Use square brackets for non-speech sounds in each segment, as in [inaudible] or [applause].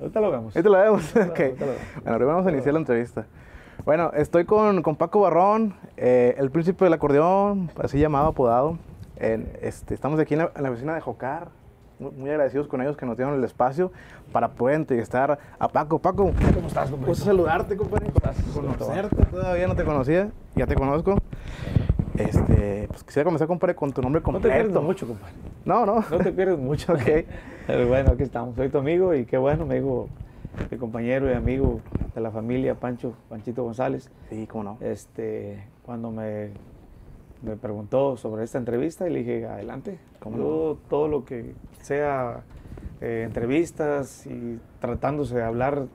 Ahorita lo vemos. Ahorita lo vemos. Ahorita lo- ok. ahorita lo vemos. Bueno, primero vamos a iniciar la entrevista. Bueno, estoy con, con Paco Barrón, eh, el príncipe del acordeón, así llamado, apodado. En- este, estamos aquí en la, en la oficina de Jocar. Muy, muy agradecidos con ellos que nos dieron el espacio para poder entrevistar a Paco. Paco, ¿Cómo estás, compadre? gusto saludarte, compadre. ¿Cómo estás? Conocerte, todavía no te conocía, ya te conozco. Este, pues quisiera comenzar, compadre, con tu nombre No te completo. pierdes mucho, compadre. No, no. No te pierdes mucho. Ok. [laughs] Pero bueno, aquí estamos. Soy tu amigo y qué bueno, me dijo el compañero y amigo de la familia, Pancho, Panchito González. Sí, cómo no. Este, cuando me, me preguntó sobre esta entrevista, y le dije, adelante. ¿Cómo Yo, todo lo que sea eh, entrevistas y tratándose de hablar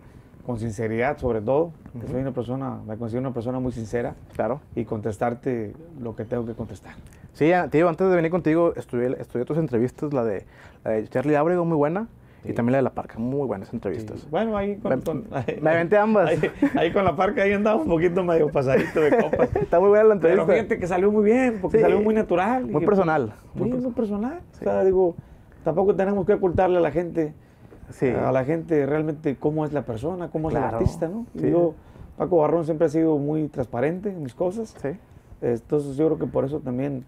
con sinceridad, sobre todo, que Ujú. soy una persona, me considero una persona muy sincera Claro. y contestarte lo que tengo que contestar. Sí, a- te digo, antes de venir contigo, estudié, estudié tus entrevistas, la de, la de Charlie Ábrego, muy buena, y Sí. también la de La Parca, muy buenas entrevistas. Sí. Bueno, ahí con, Me- con- me aventé ambas. Ahí, ahí con la parca, ahí andaba un poquito medio pasadito de copas. [laughs] Está muy buena la entrevista. Pero fíjate que salió muy bien, porque Sí. salió muy natural. Muy Dije, personal, Sí, muy muy, personal. Sí. O sea, digo, tampoco tenemos que ocultarle a la gente, sí, a la gente realmente cómo es la persona, cómo es el Claro. artista, ¿no? Y Sí. Yo, Paco Barrón siempre ha sido muy transparente en mis cosas. sí, Entonces yo creo que por eso también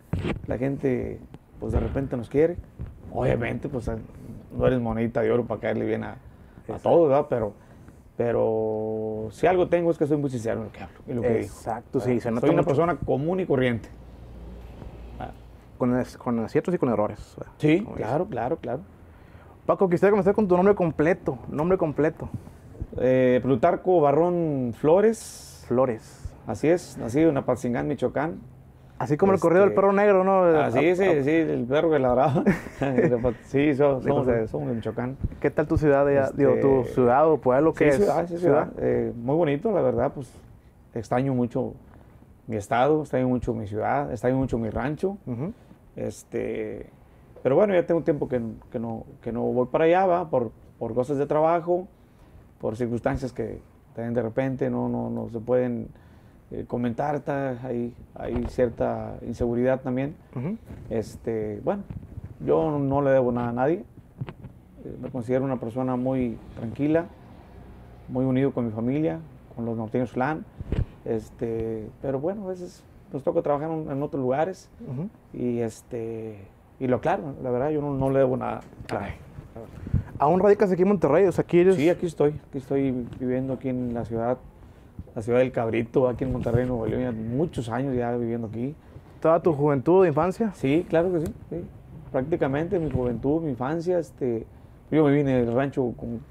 la gente, pues de repente nos quiere. Obviamente, pues no eres monedita de oro para caerle bien a, a Exacto. todos, ¿verdad? Pero, pero si algo tengo es que soy muy sincero en lo que hablo y lo que Exacto, digo. sí, ¿verdad? se nota soy una mucho. persona común y corriente. con, as- con aciertos y con errores. o sea, Sí, como dices. claro, claro, claro. Paco, quisiera comenzar con tu nombre completo, nombre completo, Eh, Plutarco Barrón Flores, Flores. así es, nacido en Apatzingán, Michoacán. Así como el corrido del Este, perro negro, ¿no? Ah, Así A- es, a- sí, sí, el perro que [laughs] ladraba. [laughs] sí, so- somos de- Michoacán. somos de Michoacán. ¿Qué tal tu ciudad, de- Este, digo, tu ciudad o pueblo? Sí, ¿Qué es? ciudad, sí, ciudad. Eh, muy bonito, la verdad, pues extraño mucho mi estado, extraño mucho mi ciudad, extraño mucho mi rancho. Ujú. Este, pero bueno, ya tengo tiempo que, que no, que no voy para allá, ¿va? Por, por cosas de trabajo, por circunstancias que también de repente no, no, no se pueden eh, comentar, ta- hay, hay cierta inseguridad también. Ujú. Este, bueno, yo no le debo nada a nadie. Eh, Me considero una persona muy tranquila, muy unido con mi familia, con los norteños clan. Este, pero bueno, a veces nos toca trabajar en, en otros lugares Ujú. y este y lo claro, la verdad yo no, no le debo nada. a Claro. nadie. Aún radicas aquí en Monterrey, o sea, aquí eres... Sí, aquí estoy, aquí estoy viviendo aquí en la ciudad, la ciudad del Cabrito, aquí en Monterrey, Nuevo León, ya muchos años ya viviendo aquí. toda tu juventud, infancia. Sí, claro que sí. sí. Prácticamente mi juventud, mi infancia, este, yo viví en el rancho con-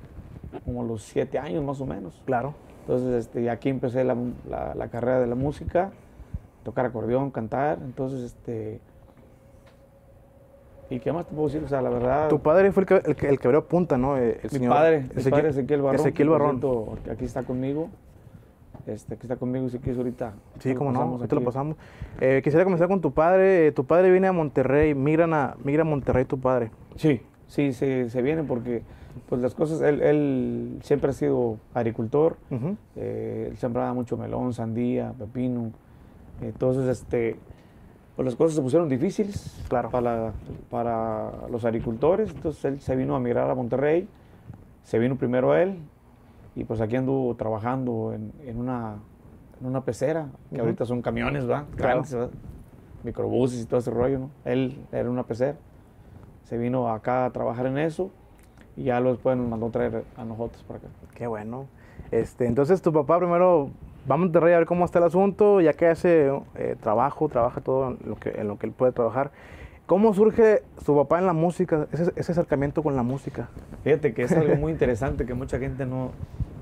como a los siete años más o menos. Claro. Entonces, este, y aquí empecé la, la- la carrera de la música, tocar acordeón, cantar. Entonces, este, ¿y qué más te puedo decir? O sea, la verdad, Tu padre fue el que, el que, el que abrió punta, ¿no? Eh, El mi señor padre, mi Ezequiel- padre Ezequiel Barrón. que Ezequiel por Barrón. cierto, aquí está conmigo. Este, aquí está conmigo, si quieres ahorita. Sí, lo como no, pasamos ahorita lo aquí. pasamos. Eh, quisiera comenzar con tu padre. Eh, Tu padre viene a Monterrey, migran a, migra a Monterrey tu padre. Sí, sí, se, se viene porque pues las cosas, él, él siempre ha sido agricultor, Ujú. eh, él sembraba mucho melón, sandía, pepino, entonces este, pues las cosas se pusieron difíciles Claro. para, para los agricultores, entonces él se vino a migrar a Monterrey, se vino primero él y pues aquí anduvo trabajando en, en una, en una pecera, que Ujú. ahorita son camiones, ¿verdad? Claro. Grandes, ¿verdad? Microbuses y todo ese rollo, ¿no? Él era una pecera se vino acá a trabajar en eso y ya luego después nos mandó traer a nosotros para acá. Qué bueno. Este, entonces tu papá primero va a Monterrey a ver cómo está el asunto, ya que hace eh, trabajo, trabaja todo en lo, que, en lo que él puede trabajar. ¿Cómo surge su papá en la música, ese, ese acercamiento con la música? Fíjate que es algo muy interesante que mucha gente no,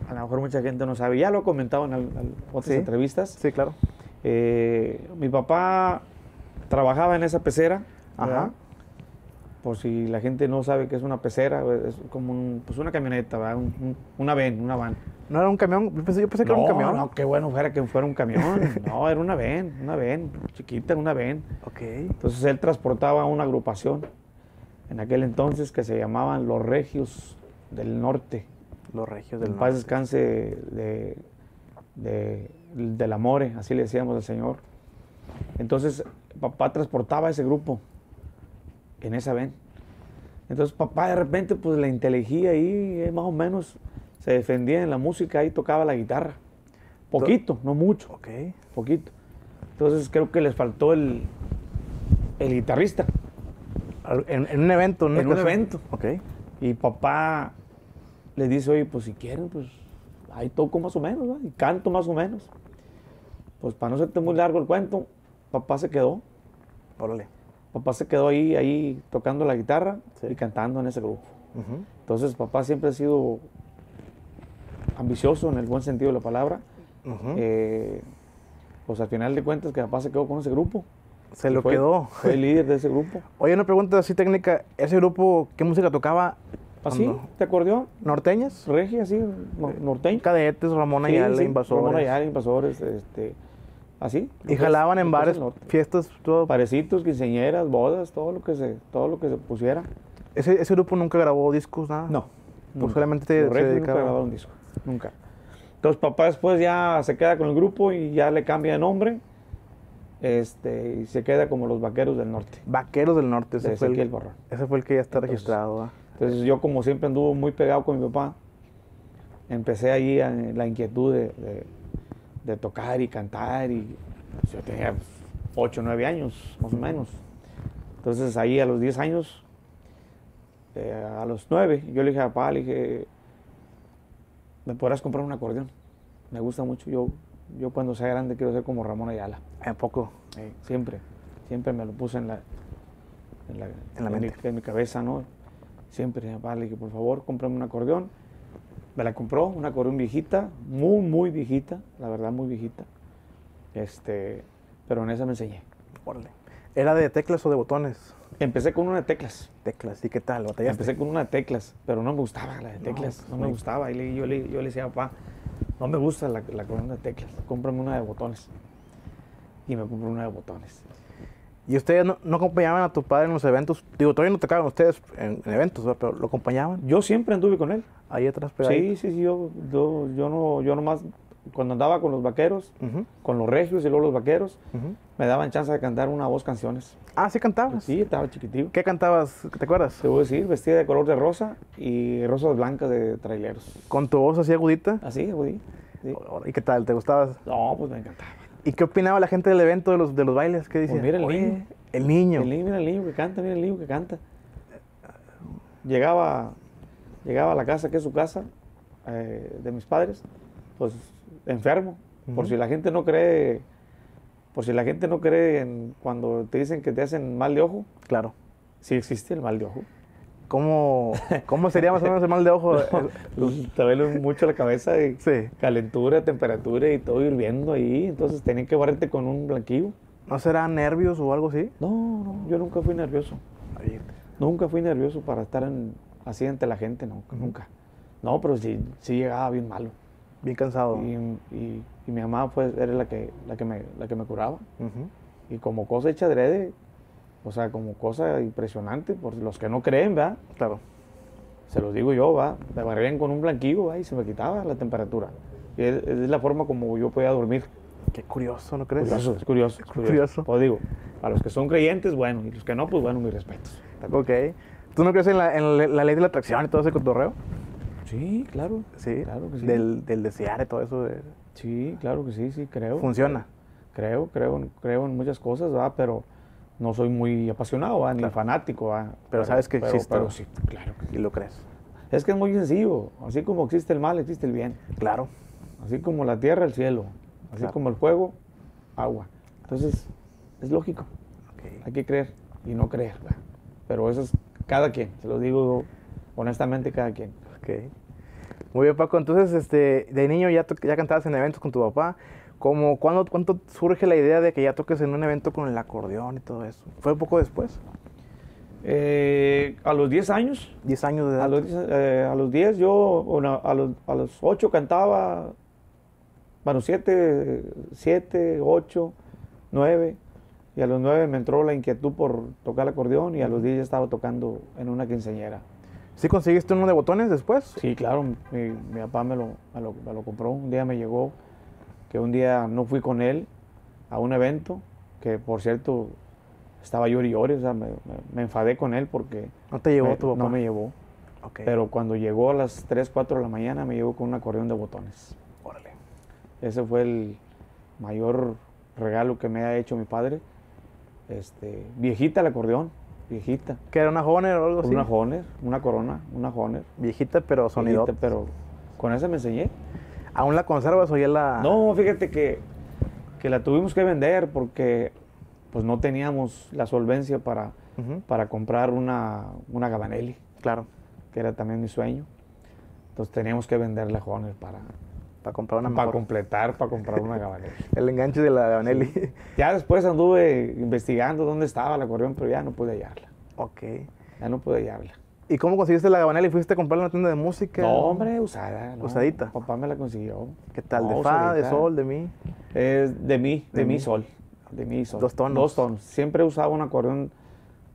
a lo mejor mucha gente no sabe. Ya lo he comentado en al- al- otras Sí. entrevistas. Sí, claro. Eh, mi papá trabajaba en esa pecera. Ajá. ¿verdad? Por si la gente no sabe que es una pecera, es como un- pues una camioneta, ¿verdad? Un- un- una van, una van. ¿No era un camión? Yo pensé, yo pensé que era no, un camión. no, qué bueno fuera que fuera un camión. [laughs] no, era una van, una van, chiquita, una van. Ok. Entonces él transportaba una agrupación en aquel entonces que se llamaban los Regios del Norte. Los regios En del paz norte. descanse de, de- del Amore, así le decíamos al Señor. Entonces papá transportaba ese grupo en esa ven. Entonces papá de repente pues la inteligía ahí eh, más o menos se defendía en la música y tocaba la guitarra. Poquito, no mucho, Ok. poquito. Entonces creo que les faltó el, el guitarrista. Al- En, en un evento, una En un ocasión. evento. Ok. Y papá les dice, oye, pues si quieren, pues ahí toco más o menos, ¿va? y canto más o menos. Pues para no hacerte muy largo el cuento, papá se quedó. Órale. Papá se quedó ahí, ahí tocando la guitarra Sí. y cantando en ese grupo. Ujú. Entonces papá siempre ha sido ambicioso en el buen sentido de la palabra. Ujú. Eh, pues al final de cuentas que papá se quedó con ese grupo. Se lo Fue- quedó. Fue el líder de ese [laughs] grupo. Oye, una pregunta así técnica. ¿Ese grupo qué música tocaba? Así, cuando- ¿Ah, Eh, ¿te acordeón? ¿Norteñas? Regia, así, no- norteño. Cadetes, Ramón Sí, Ayala, sí, Invasores. Ramón Ayala, invasores, este, así. Y jalaban en bares, Entonces, no, fiestas, todo. Parecitos, quinceañeras, bodas, todo lo que se, todo lo que se pusiera. Ese, ese grupo nunca grabó discos, nada. nunca. Ah. Pues solamente te- Los se Regios dedicaba- nunca grabaron disco, nunca. Entonces papá después ya se queda con el grupo y ya le cambia de nombre, este, y se queda como los Vaqueros del Norte. Vaqueros del Norte, ese De fue, Ezequiel el, Barrón. ese fue el que ya está Entonces, registrado. ¿va? Entonces yo como siempre anduve muy pegado con mi papá, empecé allí a- la inquietud de, de- de tocar y cantar y pues, yo tenía 8 o 9 años más o menos. Entonces ahí a los 10 años, eh, a los 9, yo le dije a papá, le dije, ¿me podrás comprar un acordeón? Me gusta mucho, yo, yo cuando sea grande quiero ser como Ramón Ayala. ¿A poco? Eh, siempre, siempre me lo puse en la, en la, la en mi- mente. en mi cabeza, ¿no? Siempre, mi papá, le dije, por favor, cómprame un acordeón. Me la compró, una acordeón viejita, muy, muy viejita, la verdad, muy viejita. Este, pero en esa me enseñé. Órale. ¿Era de teclas o de botones? Empecé con una de teclas. Teclas. ¿Y qué tal? ¿Batallaste? Empecé con una de teclas, pero no me gustaba la de No, teclas, pues, no, muy- me gustaba. Y le- yo, le, yo le decía, papá, no me gusta la, la acordeón de teclas, cómprame una de botones. Y me compró una de botones. ¿Y ustedes no, no acompañaban a tu padre en los eventos? Digo, todavía no tocaban ustedes en, en eventos, ¿va? pero lo acompañaban Yo siempre anduve con él. ahí atrás Sí, pegadito. sí, sí, yo, yo, yo no, yo nomás, cuando andaba con los vaqueros, Ujú, con los regios y luego los vaqueros, ujú. me daban chance de cantar una o dos canciones. Pues Ah, ¿sí cantabas? Sí, estaba chiquitivo. ¿Qué cantabas? ¿Te acuerdas? Te voy a decir, vestida de color de rosa y rosas blancas de traileros. ¿Con tu voz así agudita? Así, güey. Ah, sí. Órale, ¿Y qué tal? ¿Te gustabas? No, pues me encantaba. ¿Y qué opinaba la gente del evento, de los, de los bailes? ¿Qué decía? Pues mira el Oye, niño. El niño. El niño, mira el niño que canta, mira el niño que canta. Llegaba, llegaba a la casa, que es su casa, eh, de mis padres, pues enfermo. Por Ujú. si la gente no cree, por si la gente no cree en cuando te dicen que te hacen mal de ojo, Claro. sí existe el mal de ojo. ¿Cómo, ¿Cómo sería más o menos el mal [laughs] de ojo? te duele mucho la cabeza y [laughs] Sí. calentura, temperatura y todo hirviendo ahí. Entonces tenían que barrerte con un blanquillo. ¿No será nervios o algo así? No, no, yo nunca fui nervioso. Nunca fui nervioso para estar en, así ante la gente, no, Ujú. nunca. No, pero sí, sí llegaba bien malo. Bien cansado. Y, y- y mi mamá pues, era la que, la, que me, la que me curaba. Ujú. Y como cosa hecha adrede, o sea, como cosa impresionante, por los que no creen, ¿verdad? Claro. Se los digo yo, va, me barrían con un blanquillo, ¿va? y se me quitaba la temperatura. Y es, es la forma como yo podía dormir. Qué curioso, ¿no crees? Curioso, es curioso, es curioso. curioso. Pues digo, a los que son creyentes, bueno, y los que no, pues bueno, mis respetos. Ok. ¿Tú no crees en la, en la- la ley de la atracción y todo ese cotorreo? Sí, claro. Sí. Claro que sí. Del, del desear y todo eso. de- Sí, claro que sí, sí, creo. Funciona. Creo, creo, en- creo en muchas cosas, ¿verdad? Pero no soy muy apasionado, ¿verdad? Ni Claro. fanático, ¿verdad? Pero, sabes que existe, Pero ¿no? sí, claro. que Y lo crees. sí. Es que es muy sencillo. Así como existe el mal, existe el bien. Claro. Así como la tierra, el cielo. Así Claro. como el fuego, agua. Entonces, es lógico. Ok. Hay que creer y no creer, ¿verdad? Pero eso es cada quien, se lo digo honestamente, cada quien. Ok. Muy bien, Paco. Entonces, este, de niño ya, to- ya cantabas en eventos con tu papá. Como, ¿cuándo, ¿Cuánto surge la idea de que ya toques en un evento con el acordeón y todo eso? ¿Fue poco después? Eh, a los 10 años, 10 años de edad. A los, eh, a los 10 yo, o no, a los, a los 8 cantaba, bueno, 7, 7, 8, 9, y a los 9 me entró la inquietud por tocar el acordeón y a los 10 ya estaba tocando en una quinceañera. ¿Sí conseguiste uno de botones después? Sí, claro, mi, mi papá me lo, me lo- me lo compró, un día me llegó, que un día no fui con él a un evento, que por cierto estaba llori y llori, o sea, me, me- me enfadé con él porque ¿No te llevó me- tu papá? no me llevó. Ok. Pero cuando llegó a las 3, 4 de la mañana, me llegó con un acordeón de botones. Órale. Ese fue el mayor regalo que me ha hecho mi padre. Este, viejita el acordeón, viejita. ¿Que era una Honer o algo así? Una Honer, una Corona, una Honer. Viejita, pero sonido. Viejita, pero con esa me enseñé. ¿Aún la conservas o ya la...? No, fíjate que, que la tuvimos que vender porque pues no teníamos la solvencia para, Ujú, para comprar una, una Gabanelli, Claro, que era también mi sueño. Entonces teníamos que vender la Honer para, para comprar una para mejor. completar, para comprar una Gabanelli. El enganche de la Vanelli. Ya después anduve investigando dónde estaba la acordeón, pero ya no pude hallarla. [laughs] ok. Ya no pude hallarla. ¿Y cómo conseguiste la Gabanelli? ¿Fuiste a comprar en una tienda de música? No, hombre, usada. no. Usadita. Papá me la consiguió. ¿Qué tal? No, ¿De fa, de usadita. sol, de mí? Es de mí, de, De mí mí. sol. De mí sol. Dos tonos. Dos tonos. Siempre usaba un acordeón,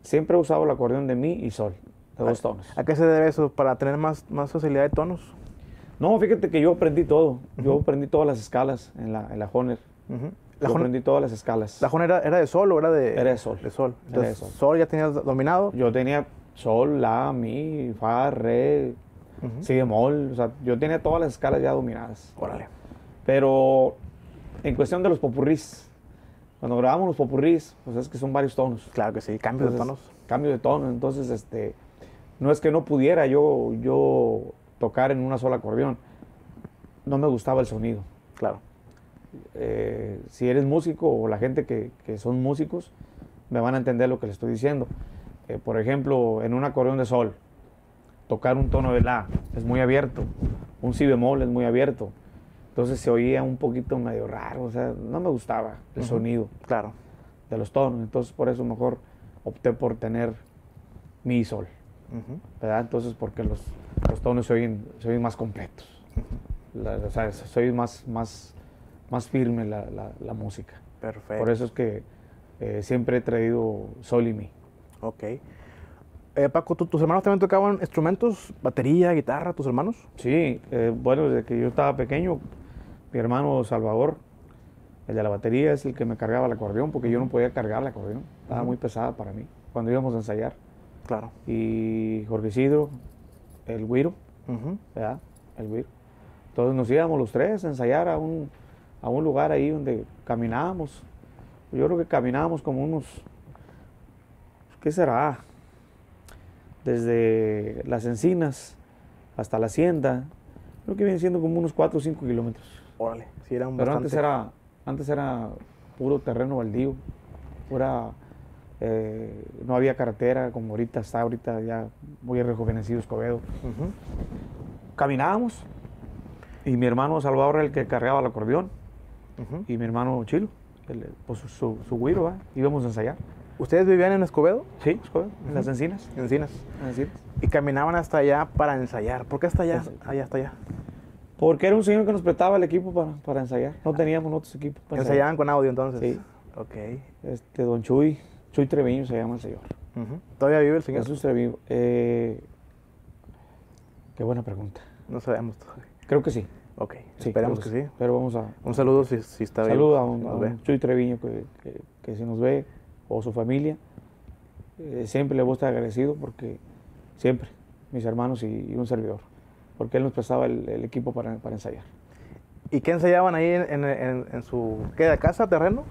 siempre usaba el acordeón de mí y sol. De dos tonos. ¿A qué se debe eso? ¿Para tener más, más facilidad de tonos? No, fíjate que yo aprendí todo. Yo aprendí todas las escalas en la, en la Honer. Ujú. La La yo Honer- aprendí todas las escalas. ¿La Honer era, era de sol o era de...? Era de sol. De sol. Era de Entonces, sol. sol. ya tenías dominado. Yo tenía sol, la, mi, fa, re, Ujú. si bemol. O sea, yo tenía todas las escalas ya dominadas. Órale. Pero en cuestión de los popurrís, cuando grabamos los popurrís, pues es que son varios tonos. Claro que sí, cambios de Entonces, tonos. Cambio de tono. Entonces, este, no es que no pudiera yo, yo tocar en una sola acordeón. No me gustaba el sonido. Claro. Eh, si eres músico o la gente que, que son músicos, me van a entender lo que le estoy diciendo. Eh, por ejemplo, en un acordeón de sol, tocar un tono de la es muy abierto, un si bemol es muy abierto. Entonces se oía un poquito medio raro, o sea, no me gustaba el Ujú. sonido Claro. de los tonos. Entonces, por eso mejor opté por tener mi sol, Ujú. ¿verdad? Entonces, porque los, los tonos se oyen, se oyen más completos. La- o sea, se se oye más, más, más firme la, la- la música. Perfecto. Por eso es que eh, siempre he traído sol y mi. Ok. Eh, Paco, ¿tu- ¿tus hermanos también tocaban instrumentos? ¿Batería, guitarra, tus hermanos? Sí, eh, bueno, desde que yo estaba pequeño, mi hermano Salvador, el de la batería, es el que me cargaba el acordeón, porque yo no podía cargar el acordeón. Estaba Ujú. muy pesada para mí cuando íbamos a ensayar. Claro. Y Jorge Isidro, el güiro, Ujú. ¿verdad? El güiro. Entonces nos íbamos los tres a ensayar a un, a un lugar ahí donde caminábamos. Yo creo que caminábamos como unos, ¿qué será? Desde las encinas hasta la hacienda. Creo que viene siendo como unos 4 o 5 kilómetros. Órale. Sí, era un Pero bastante. antes era, antes era puro terreno baldío. Pura, eh, no había carretera como ahorita está, ahorita ya muy rejuvenecido Escobedo Ujú. caminábamos y mi hermano Salvador era el que cargaba el acordeón Ujú. y mi hermano Chilo, el, pues, su, su, su güiro, ¿va? íbamos a ensayar. ¿Ustedes vivían en Escobedo? Sí, Escobedo, en las encinas. Encinas. en las encinas. Y caminaban hasta allá para ensayar. ¿Por qué hasta allá? Pues, Allá hasta allá. Porque era un señor que nos prestaba el equipo para, para ensayar. No teníamos otros equipos para ensayar. Ensayaban con audio entonces. pues, eh, Sí. Ok. Este, don Chuy, Chuy Treviño se llama el señor. Ujú. ¿Todavía vive el señor? Jesús Treviño. eh, qué buena pregunta. No sabemos todavía. Creo que sí. Ok. sí, Esperamos que creo sí. Pero vamos a... Un saludo si, si está bien. Saluda a un, a nos un ve. Chuy Treviño que, que, que si nos ve o su familia. Eh, siempre le voy a estar agradecido porque siempre, mis hermanos y, y un servidor, porque él nos prestaba el, el equipo para, para ensayar. ¿Y qué ensayaban ahí en, en- en- en su. ¿Qué? ¿Casa? ¿Terreno?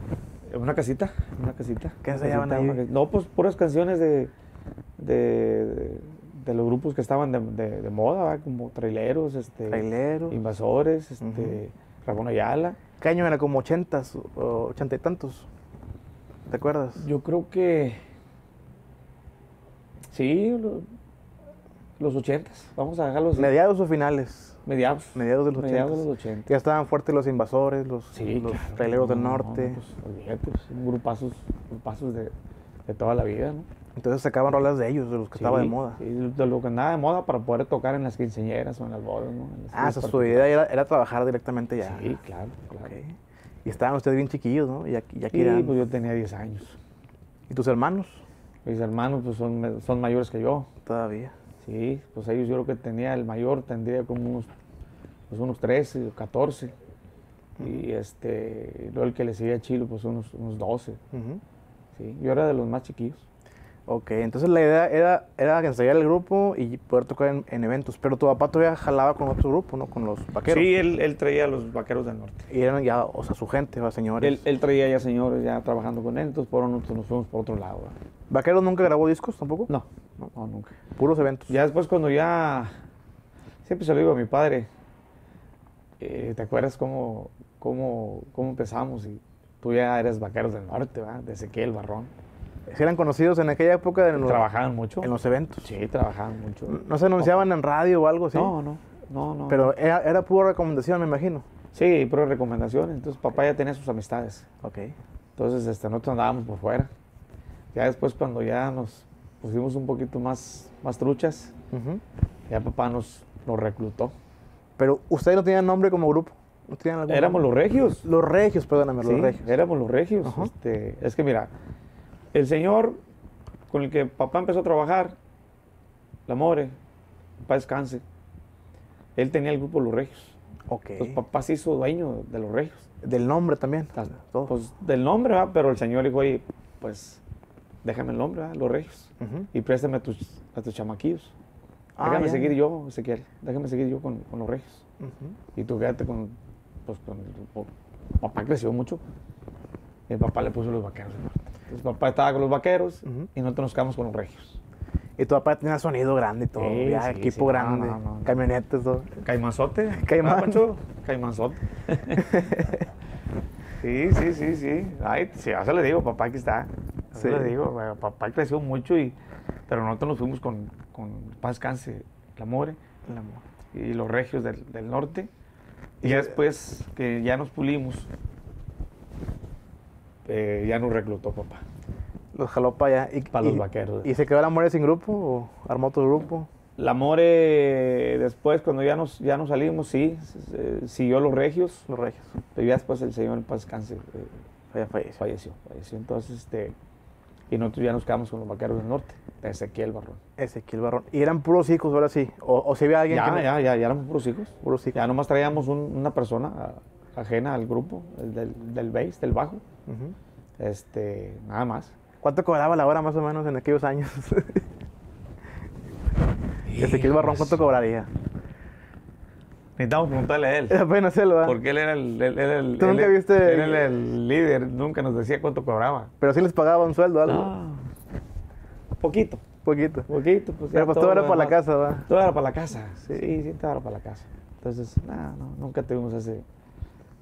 En Una casita, en una casita. ¿Qué una ensayaban casita, ahí? una ca- No, pues puras canciones de, de, de los grupos que estaban de, de- de moda, ¿verdad? como traileros, este, Trailero. invasores, este, Ujú. Ramón Ayala. ¿Qué año era? Como ochentas o ochenta y tantos. ¿Te acuerdas? Yo creo que. Sí, lo- los ochentas. Vamos a dejarlos así. ¿Mediados o finales? mediados. Mediados de los Mediados ochentas. de los ochentas. Ya estaban fuertes los invasores, los, Sí, los claro. traileros del No, no, norte. pues, olvídate, pues, son grupazos, grupazos de, de toda la vida, ¿no? Entonces sacaban rolas de ellos, de los que estaba de Sí, moda. Ah, sí, de lo que andaba de moda para poder tocar en las quinceañeras o en las bodas, ¿no? En las Ah, o sea, fiestas su idea era, era trabajar directamente ya. particulares. Sí, claro, claro. Ok. Y estaban ustedes bien chiquillos, ¿no? Y aquí, y aquí Sí, eran- pues yo tenía 10 años. ¿Y tus hermanos? Mis hermanos pues, son, son mayores que yo. Todavía. Sí, pues ellos yo creo que tenía el mayor, tendría como unos, pues unos 13 o 14. Y este, y luego el que le seguía a Chilo, pues unos, unos 12. Ujú. ¿sí? Yo era de los más chiquillos. Ok, entonces la idea era, era ensayar el grupo y poder tocar en, en eventos. Pero tu papá todavía jalaba con otro grupo, ¿no? Con los vaqueros. Sí, él, él traía a los vaqueros del norte. Y eran ya, o sea, su gente, va, señores. Él, él traía ya señores ya trabajando con él, entonces por uno, nos fuimos por otro lado. ¿verdad? ¿Vaqueros nunca grabó discos tampoco? No, no, no, nunca. Puros eventos. Ya después cuando ya, siempre se lo digo a mi padre, eh, ¿te acuerdas cómo, cómo, cómo empezamos? Y tú ya eres vaqueros del norte, ¿verdad? De Ezequiel Barrón. ¿Sí eran conocidos en aquella época en los, ¿Trabajaban mucho? en los eventos. Sí, trabajaban mucho. No se anunciaban en radio o algo así. No, no, no, no. Pero era, era pura recomendación, me imagino. Sí, pero recomendaciones. Entonces papá ya tenía sus amistades. Ok. Entonces este, nosotros andábamos por fuera. Ya después cuando ya nos pusimos un poquito más, más truchas, ya papá nos, nos reclutó. Pero ustedes no tenían nombre como grupo. ¿No tenían algún Éramos los regios. nombre? Los regios, perdóname, Sí, los regios. Éramos los regios. Ajá. este, es que mira, el señor con el que papá empezó a trabajar, la more, papá descanse, él tenía el grupo Los Regios. Ok. Entonces papá se hizo dueño de Los Regios. Del nombre también. Tal- Todo. Pues del nombre, ¿verdad? pero el señor dijo, oye, pues déjame el nombre, ¿verdad? Los Regios. Ujú. Y préstame a tus, a tus chamaquillos. Ah, Déjame ya. seguir yo, Ezequiel. Déjame seguir yo con, con Los Regios. Ujú. Y tú quédate con, pues, con el- o- papá creció mucho. Y el papá le puso los vaqueros. ¿no? Entonces papá estaba con los vaqueros Ujú. y nosotros nos quedamos con los regios. Y tu papá tenía sonido grande y todo. Sí, ya, sí, equipo sí. No, grande. no, no, no. Camionetas, todo. Caimanzote. Caimán. ¿verdad, Pancho? Caimanzote. [laughs] sí, sí, sí, sí. Ay, sí, ya se le digo, papá, aquí está. Ya se Sí. le digo, bueno, papá creció mucho y, pero nosotros nos fuimos con, con Paz Canse, la More El amor. eh, y los regios del, del norte. Y ya después que ya nos pulimos, eh, ya nos reclutó papá. Los jaló para allá. Y, Pa' los y- vaqueros. ¿Y se quedó el amor sin grupo o armó otro grupo? La More, eh, después, cuando ya nos, ya nos salimos, sí, s- eh, siguió los regios, Los regios. pero ya después el señor en paz descanse, eh, Falla, falla. falleció, falleció. Entonces, este, y nosotros ya nos quedamos con los vaqueros del norte, de Ezequiel Barrón. Ezequiel Barrón. Y eran puros hijos ahora sí. O, o si había alguien que Ya, no- ya, ya, ya éramos puros hijos. Puros hijos. Ya nomás traíamos un- una persona a- ajena al grupo, el del, del bass, del bajo, Ujú. este, nada más. ¿Cuánto cobraba la hora más o menos en aquellos [laughs] años? Ezequiel Barrón, ¿cuánto cobraría? [laughs] Necesitamos preguntarle a él. Apenas se lo da. Porque él era el, él era el- ¿Tú él nunca era- viste él el- era el líder, nunca nos decía cuánto cobraba. Pero sí les pagaba un sueldo, algo. Poquito, Poquito. poquito. Pues Pero Ah. ya pues todo era lo para la demás- casa, va. Todo era para la casa. Sí. Sí, sí, todo era para la casa. Entonces, nada, no, nunca tuvimos ese,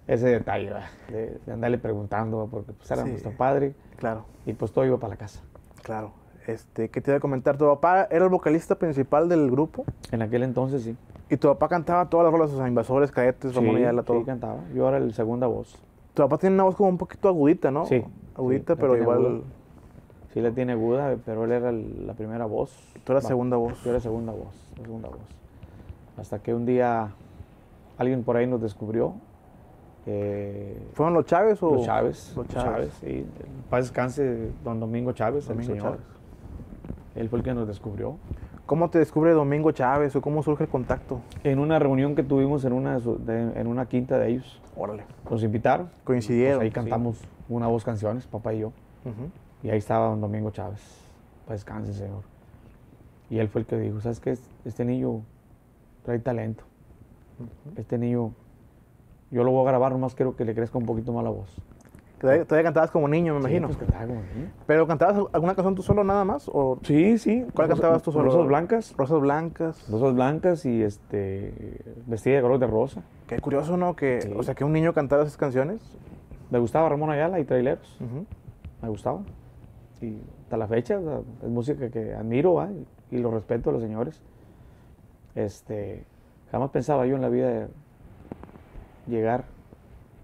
ese detalle ¿verdad? de, de andarle preguntando, ¿verdad? porque pues era Sí. nuestro padre Claro, y pues todo iba para la casa. claro. Este, ¿qué te iba a comentar? Tu papá era el vocalista principal del grupo En aquel entonces sí. y tu papá cantaba todas las rolas, o sea, Invasores, Cadetes, Ramón y Ayala, todo. sí, cantaba. Yo era el segunda voz. tu papá tiene una voz como un poquito agudita, ¿no? Sí, Agudita, sí, la pero tiene igual aguda. Sí la tiene aguda, pero él era el- la primera voz. tú eras Va- segunda voz. Yo era segunda voz, la segunda voz. Hasta que un día alguien por ahí nos descubrió. eh, ¿Fueron los Chávez o...? los Chávez. Los Chávez. sí. En Paz descanse don Domingo Chávez, Domingo el señor. Chávez. Él fue el que nos descubrió. ¿Cómo te descubre Domingo Chávez o cómo surge el contacto? En una reunión que tuvimos en una, de su- de- en una quinta de ellos, Órale. nos invitaron. Pues Coincidieron. ahí sí. cantamos una o dos canciones, papá y yo. Ujú. Y ahí estaba don Domingo Chávez. Paz descanse, señor. Y él fue el que dijo, ¿sabes qué? Este niño trae talento. Este niño, yo lo voy a grabar, nomás quiero que le crezca un poquito más la voz. Todavía, todavía cantabas como niño, me Sí, imagino. pues, cantaba como niño. ¿Pero cantabas alguna canción tú solo nada más? ¿O Sí, sí. ¿Cuál cantabas tú solo? Rosas blancas. Rosas Blancas? Rosas blancas y este vestida de color de rosa. Qué curioso, ¿no? Que, Sí. O sea, que un niño cantara esas canciones. Me gustaba Ramón Ayala y Traileros. Ujú. Me gustaba. Y hasta la fecha o sea, es música que admiro ¿va? y lo respeto a los señores. Este, jamás pensaba yo en la vida de llegar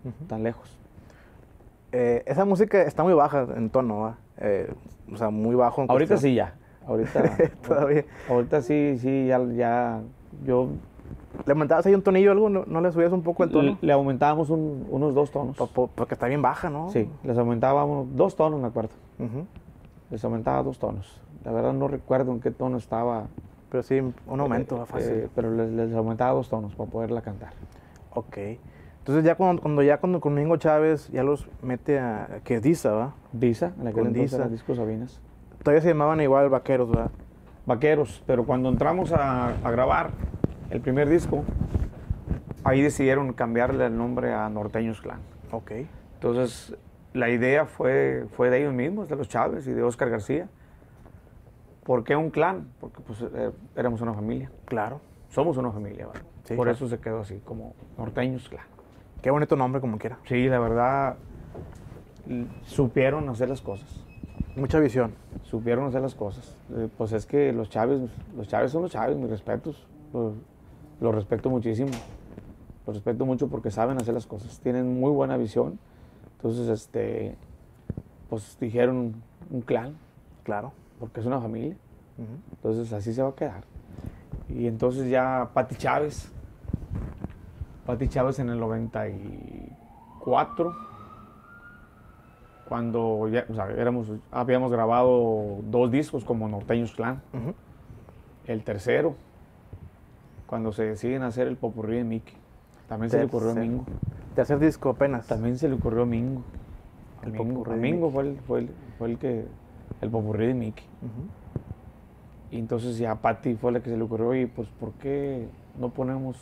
Ujú. tan lejos. Eh, esa música está muy baja en tono, ¿va? Eh, o sea, muy bajo. en Ahorita cuestión. sí ya. [laughs] Ahorita, Todavía. ahorita sí, sí, ya, ya yo ¿Le aumentabas ahí un tonillo o algo? ¿No, no le subías un poco el tono? le, le aumentábamos un- unos dos tonos. Po- po- Porque está bien baja, ¿no? Sí, les aumentábamos dos tonos, me acuerdo. Ujú. Les aumentaba dos tonos. La verdad no recuerdo en qué tono estaba. Pero sí, un aumento, eh, va, fácil. eh, pero les, les aumentaba dos tonos para poderla cantar. ok. Entonces ya cuando, cuando ya cuando con Domingo Chávez ya los mete a... que es Disa, ¿va? Disa, en aquel Con entonces Disa. era Disco Sabinas. Todavía se llamaban igual vaqueros, ¿verdad? vaqueros, pero cuando entramos a, a grabar el primer disco, ahí decidieron cambiarle el nombre a Norteños Clan. Ok. Entonces, la idea fue, fue de ellos mismos, de los Chávez y de Oscar García. ¿Por qué un clan? Porque pues eh, éramos una familia. Claro. Somos una familia, ¿verdad? Sí, Por claro. eso se quedó así, como Norteños Clan. Qué bonito nombre, como quiera. Sí, la verdad, l- supieron hacer las cosas. Mucha visión. supieron hacer las cosas. Eh, pues es que los Chávez, los Chávez son los Chávez, mis respetos. Los, los respeto muchísimo. Los respeto mucho porque saben hacer las cosas. Tienen muy buena visión. Entonces, este, pues dijeron un clan, Claro. porque es una familia. Ujú. Entonces, así se va a quedar. Y entonces ya Pati Chávez. Pati Chávez en el 94. Cuando ya, o sea, éramos, habíamos grabado dos discos como Norteños Clan. Ujú. El tercero, cuando se deciden hacer el popurrí de Mickey. También se le ocurrió a Tercero. Mingo. Tercer disco apenas. También se le ocurrió a Mingo. A El Mingo, popurrí a de Mingo Mickey. fue el, fue el- fue el que. El popurrí de Mickey. Ujú. Y entonces ya a Patty fue la que se le ocurrió, y pues ¿por qué no ponemos,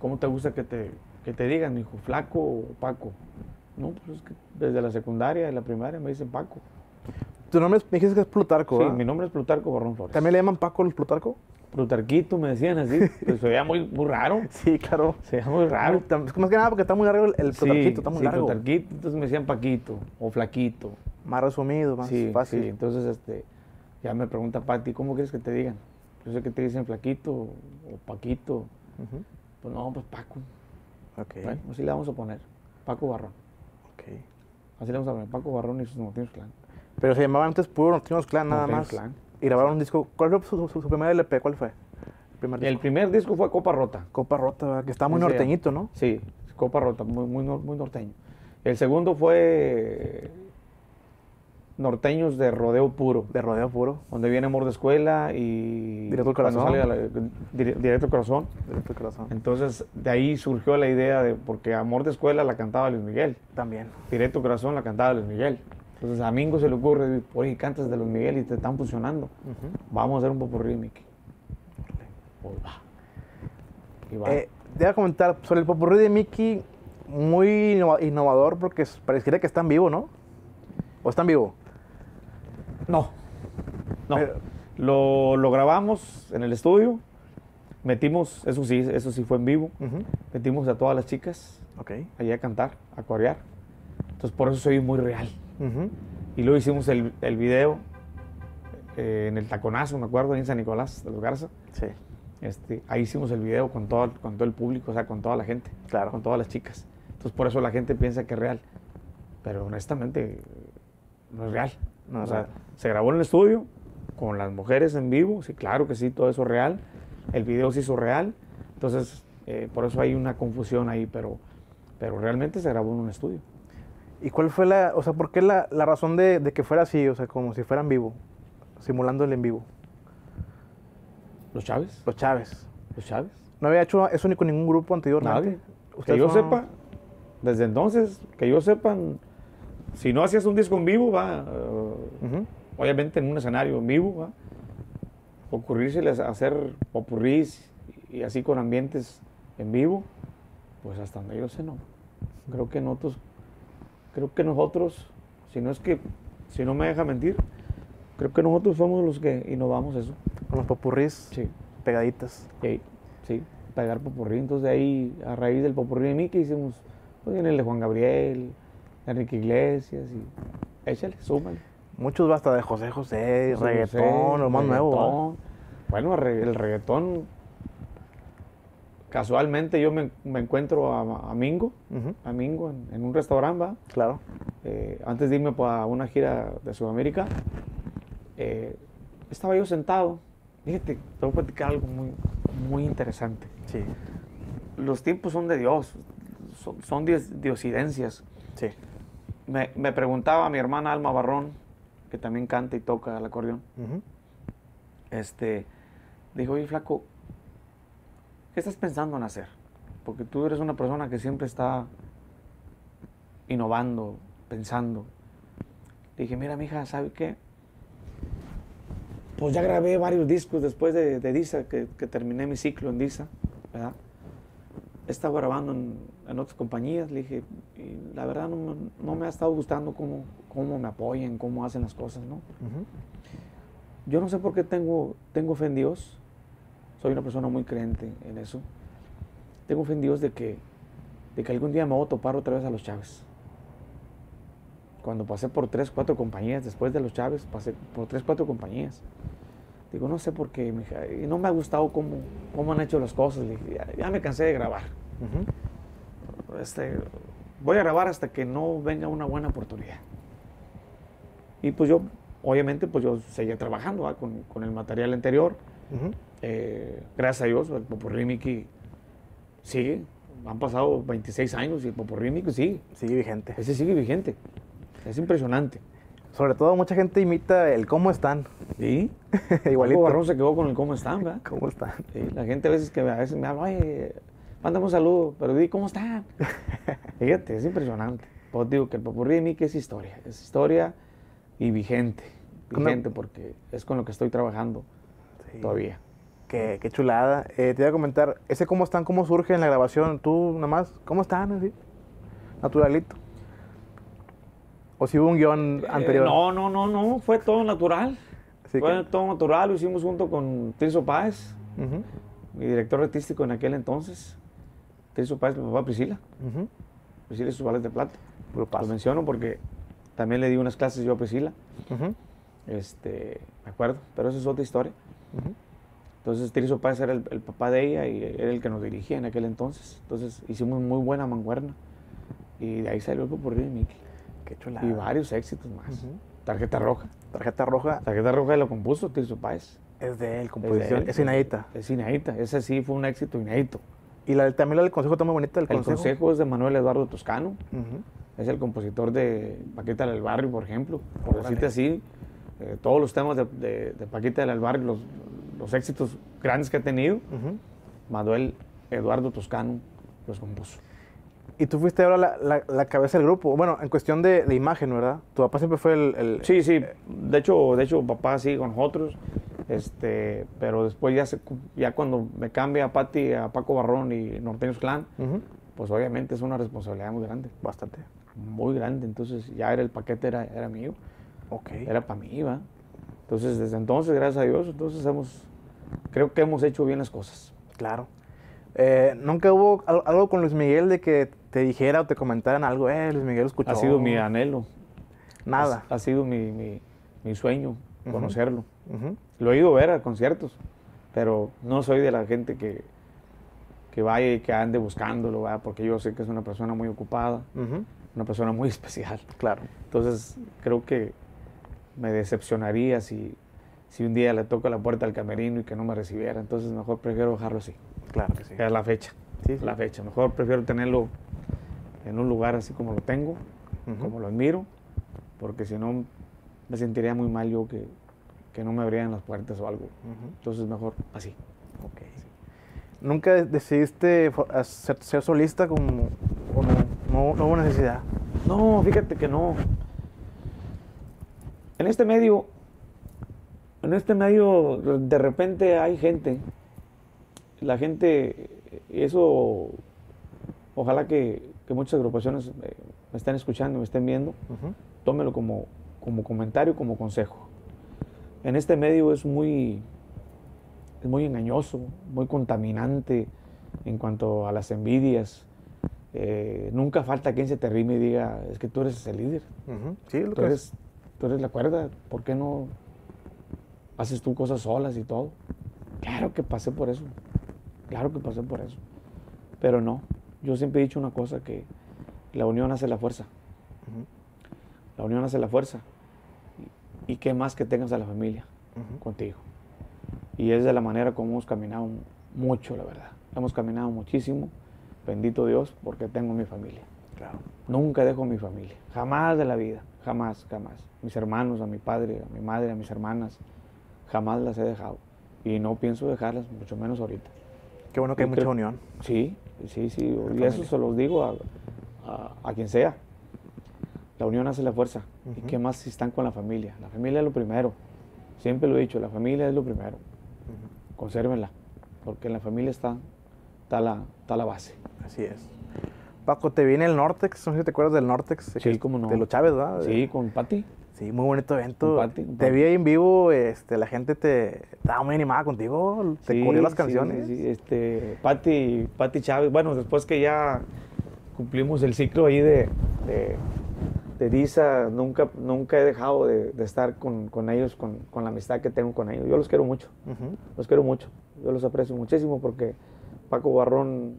cómo te gusta que te, que te digan, hijo, flaco o Paco? No, pues es que desde la secundaria y la primaria me dicen Paco. Tu nombre es, me dijiste que es Plutarco, Sí, ¿verdad? mi nombre es Plutarco Barrón Flores. ¿También le llaman Paco el [laughs] Plutarco? Plutarquito me decían así, [laughs] pues se veía muy, muy raro, Sí, claro. se veía muy raro. Muy- tam- es que Más que nada porque está muy largo el, el Sí, Plutarquito, está muy sí, largo. Plutarquito, entonces me decían Paquito o Flaquito. Más resumido, más sí, fácil. sí, entonces este, ya me pregunta Patty, ¿cómo quieres que te digan? Yo sé que te dicen Flaquito o Paquito. Ujú. Pues no, pues Paco. Ok. Bueno, así le vamos a poner. Paco Barrón. ok. Así le vamos a poner. Paco Barrón y sus Norteños Clan. Pero se llamaban antes puro Norteños Clan nada Norteños más. Clan. Y grabaron un disco. ¿Cuál fue su, su- su primer LP? ¿Cuál fue? El primer El disco. primer disco fue Copa Rota. Copa Rota, ¿verdad? que está muy Ese- norteñito, ¿no? Sí, Copa Rota, muy, muy, nor- muy norteño. El segundo fue Norteños de Rodeo Puro, De rodeo puro. donde viene Amor de Escuela y... Directo al cuando Corazón. sale a la- dire- directo al Corazón. De tu corazón. Entonces, de ahí surgió la idea de... Porque Amor de Escuela la cantaba Luis Miguel. También. Directo al Corazón la cantaba Luis Miguel. Entonces, a Mingo se le ocurre, oye, cantas de Luis Miguel y te están funcionando. Ujú. Vamos a hacer un popurrí, Mickey. Pues va. Y va. Eh, te iba a comentar sobre el popurrí de Mickey, muy innova- innovador porque es- pareciera que están vivo, ¿no? ¿O están vivo? no. No. pero- Lo, lo grabamos en el estudio. Metimos, eso sí, eso sí fue en vivo. Metimos a todas las chicas Ok. allá a cantar, a corear. Entonces por eso soy muy real. Y luego hicimos el, el video eh, en el taconazo, me acuerdo, ahí en San Nicolás de los Garza. Sí, Este, ahí hicimos el video con todo, con todo el público, o sea, con toda la gente. claro. con todas las chicas. Entonces por eso la gente piensa que es real. Pero honestamente no es real. o No es sea, real. se grabó en el estudio con las mujeres en vivo, sí, claro que sí, todo eso es real. El video se hizo real. Entonces eh, por eso hay una confusión ahí, pero, pero realmente se grabó en un estudio. ¿Y cuál fue la, o sea, por qué la, la razón de, de que fuera así, o sea, como si fueran vivo, simulando el en vivo? ¿Los Chávez? Los Chávez. ¿Los Chávez? No había hecho eso ni con ningún grupo anteriormente. Nadie. Que yo Pues, son- sepa, desde entonces, que yo sepan, si no hacías un disco en vivo, va, eh, Ujú. obviamente en un escenario en vivo, ¿va? ocurrírseles hacer popurrís y así con ambientes en vivo, pues hasta donde yo sé no. Creo que nosotros, creo que nosotros, si no es que, si no me deja mentir, creo que nosotros somos los que innovamos eso. Con los popurrís Sí, pegaditas. Ey, sí, pegar popurrí. Entonces de ahí, a raíz del popurrí de Mickey, hicimos, pues viene el de Juan Gabriel, Enrique Iglesias y échale, súmale. Muchos basta de José José, José reggaetón, José, lo más nuevo. reggaetón. Bueno, re- el reggaetón. Casualmente yo me, me encuentro a, a Mingo, ¿verdad? Ujú, a Mingo en, en un restaurante, ¿va? Claro. Eh, antes de irme para una gira de Sudamérica. eh, estaba yo sentado. Fíjate, te voy a platicar algo muy, muy interesante. Sí, Los tiempos son de Dios, son, son dios- diosidencias. sí. Me, me preguntaba mi hermana Alma Barrón, que también canta y toca el acordeón, Ujú. este, dijo, oye, flaco, ¿qué estás pensando en hacer? Porque tú eres una persona que siempre está innovando, pensando. Le dije, mira, mija, ¿sabe qué? pues ya grabé varios discos después de, de Disa, que, que terminé mi ciclo en Disa, ¿verdad? Estaba grabando en, en otras compañías, le dije, y la verdad no, me- no me ha estado gustando cómo, cómo me apoyan, cómo hacen las cosas, ¿no? Ujú. Yo no sé por qué tengo, tengo fe en Dios. Soy una persona muy creyente en eso. Tengo fe en Dios de que, de que algún día me voy a topar otra vez a los Chávez. Cuando pasé por tres, cuatro compañías, después de los Chávez, pasé por tres, cuatro compañías. Digo, no sé por qué, mija, y no me ha gustado cómo, cómo han hecho las cosas. Le dije, ya, ya me cansé de grabar. Ujú. Este, voy a grabar hasta que no venga una buena oportunidad. Y pues yo, obviamente, pues yo seguía trabajando ¿va? con, con el material anterior. Ujú. Eh, gracias a Dios, el Popurrí Miki sigue. Han pasado 26 años y el Popurrí Miki sigue. Sigue vigente. Ese sigue vigente. Es impresionante. Sobre todo, mucha gente imita el cómo están. ¿Sí? Paco Igualito. Barrón se quedó con el cómo están, ¿verdad? ¿Cómo están? Sí, la gente a veces que me- a veces me habla, oye, mándame un saludo, pero di, ¿cómo [laughs] están? Fíjate, es impresionante. Pues digo que el popurrí de mí que es historia, es historia y vigente, Con la- vigente porque es con lo que estoy trabajando Sí. todavía. Qué, qué chulada. Eh, te iba a comentar, ese cómo están, cómo surge en la grabación. Tú, nada más, ¿cómo están? Así, naturalito. O si hubo un guión anterior. Eh, no, no, no, no, fue todo natural, Así que- fue todo natural, lo hicimos junto con Tirso Páez, Ujú, mi director artístico en aquel entonces, Tirso Páez, mi papá Priscila, ujú. Priscila y sus vales de plata. Grupazo. Lo menciono porque también le di unas clases yo a Priscila, Ujú, este, me acuerdo, pero eso es otra historia. ujú. Entonces Tirso Paz era el, el papá de ella y era el que nos dirigía en aquel entonces. Entonces hicimos muy buena manguerna. Y de ahí salió el popurrí de Mickey. Qué chulada. Y varios éxitos más. Ujú. Tarjeta Roja. Tarjeta roja Tarjeta Roja lo compuso Tirso Páez. es de él, composición. él. Es inédita. Es inédita. Ese sí fue un éxito inédito. Y la, del- también la del consejo está muy bonita. El, El consejo? es de Manuel Eduardo Toscano. Ujú. Es el compositor de Paquita del Barrio, por ejemplo. Por Órale. decirte así, eh, todos los temas de, de- de Paquita del Barrio, los, los éxitos grandes que ha tenido, Ujú. Manuel Eduardo Toscano los compuso. Y tú fuiste ahora la, la- la cabeza del grupo. Bueno, en cuestión de, de imagen, ¿verdad? Tu papá siempre fue el. el- Sí, sí. De hecho, de hecho, papá sigue con nosotros. Este, pero después ya, se cu- ya cuando me cambia a Pati, a Paco Barrón y Norteños Clan, Ujú. pues obviamente es una responsabilidad muy grande, Bastante. muy grande. Entonces ya era el paquete, era, era mío, Ok. era para mí, ¿va? Entonces desde entonces, gracias a Dios, entonces hemos, creo que hemos hecho bien las cosas. Claro. Eh, ¿Nunca hubo al- algo con Luis Miguel de que te dijera o te comentaran algo? Eh, Luis Miguel escuchó. Ha sido mi anhelo, Nada. ha, ha sido mi, mi- mi sueño Ujú. conocerlo. Ujú. Lo he ido a ver a conciertos, pero no soy de la gente que, que vaya y que ande buscándolo, ¿verdad? porque yo sé que es una persona muy ocupada, Ujú. una persona muy [laughs] especial. Claro. Entonces creo que me decepcionaría si, si un día le toco la puerta al camerino y que no me recibiera. Entonces mejor prefiero dejarlo así, Claro que sí. que es la fecha. Sí, sí. La fecha. Mejor prefiero tenerlo en un lugar así como lo tengo, Ujú. como lo admiro, porque si no me sentiría muy mal yo que, que no me abrieran las puertas o algo. Ujú. Entonces mejor así. Ok. ¿Nunca de- decidiste fo- a ser, ser solista como, o no, no, no hubo necesidad? No, fíjate que no. En este medio, en este medio de repente hay gente. La gente, eso, ojalá que, que muchas agrupaciones eh, me estén escuchando, me estén viendo, Ujú. tómelo como, como comentario, como consejo. En este medio es muy, es muy engañoso, muy contaminante en cuanto a las envidias. Eh, nunca falta quien se te rime y diga, es que tú eres el líder, Ujú. Sí, lo tú que es. eres, tú eres la cuerda, ¿por qué no haces tú cosas solas y todo? Claro que pasé por eso, claro que pasé por eso. Pero no, yo siempre he dicho una cosa, que la unión hace la fuerza. Ujú. La unión hace la fuerza. Y, y qué más que tengas a la familia Ujú. contigo. Y es de la manera como hemos caminado m- mucho, la verdad. Hemos caminado muchísimo. Bendito Dios, porque tengo mi familia. Claro. Nunca dejo mi familia. Jamás de la vida. Jamás, jamás. Mis hermanos, a mi padre, a mi madre, a mis hermanas. Jamás las he dejado. Y no pienso dejarlas, mucho menos ahorita. Qué bueno que Yo hay mucha creo- unión. Sí, sí, sí. Y familia. eso se los digo a, a- a quien sea. La unión hace la fuerza. ¿Y Ujú. qué más si están con la familia? La familia es lo primero. Siempre lo he dicho, la familia es lo primero. Consérvenla, porque en la familia está, está, la, está la base. Así es. Paco, te viene el Nortex, no sé si te acuerdas del Nortex. este, Sí, cómo no. De los Chávez, ¿verdad? Sí, con Pati. Sí, muy bonito evento. Un party, un Te party. vi ahí en vivo, este, la gente te estaba muy animada contigo, te Sí, corrió las sí, canciones. sí, sí, este, Pati, Pati Chávez, bueno, después que ya cumplimos el ciclo ahí de, de, de Disa, nunca, nunca he dejado de, de estar con, con ellos, con, con la amistad que tengo con ellos. Yo los quiero mucho, Ujú. los quiero mucho. Yo los aprecio muchísimo porque Paco Barrón,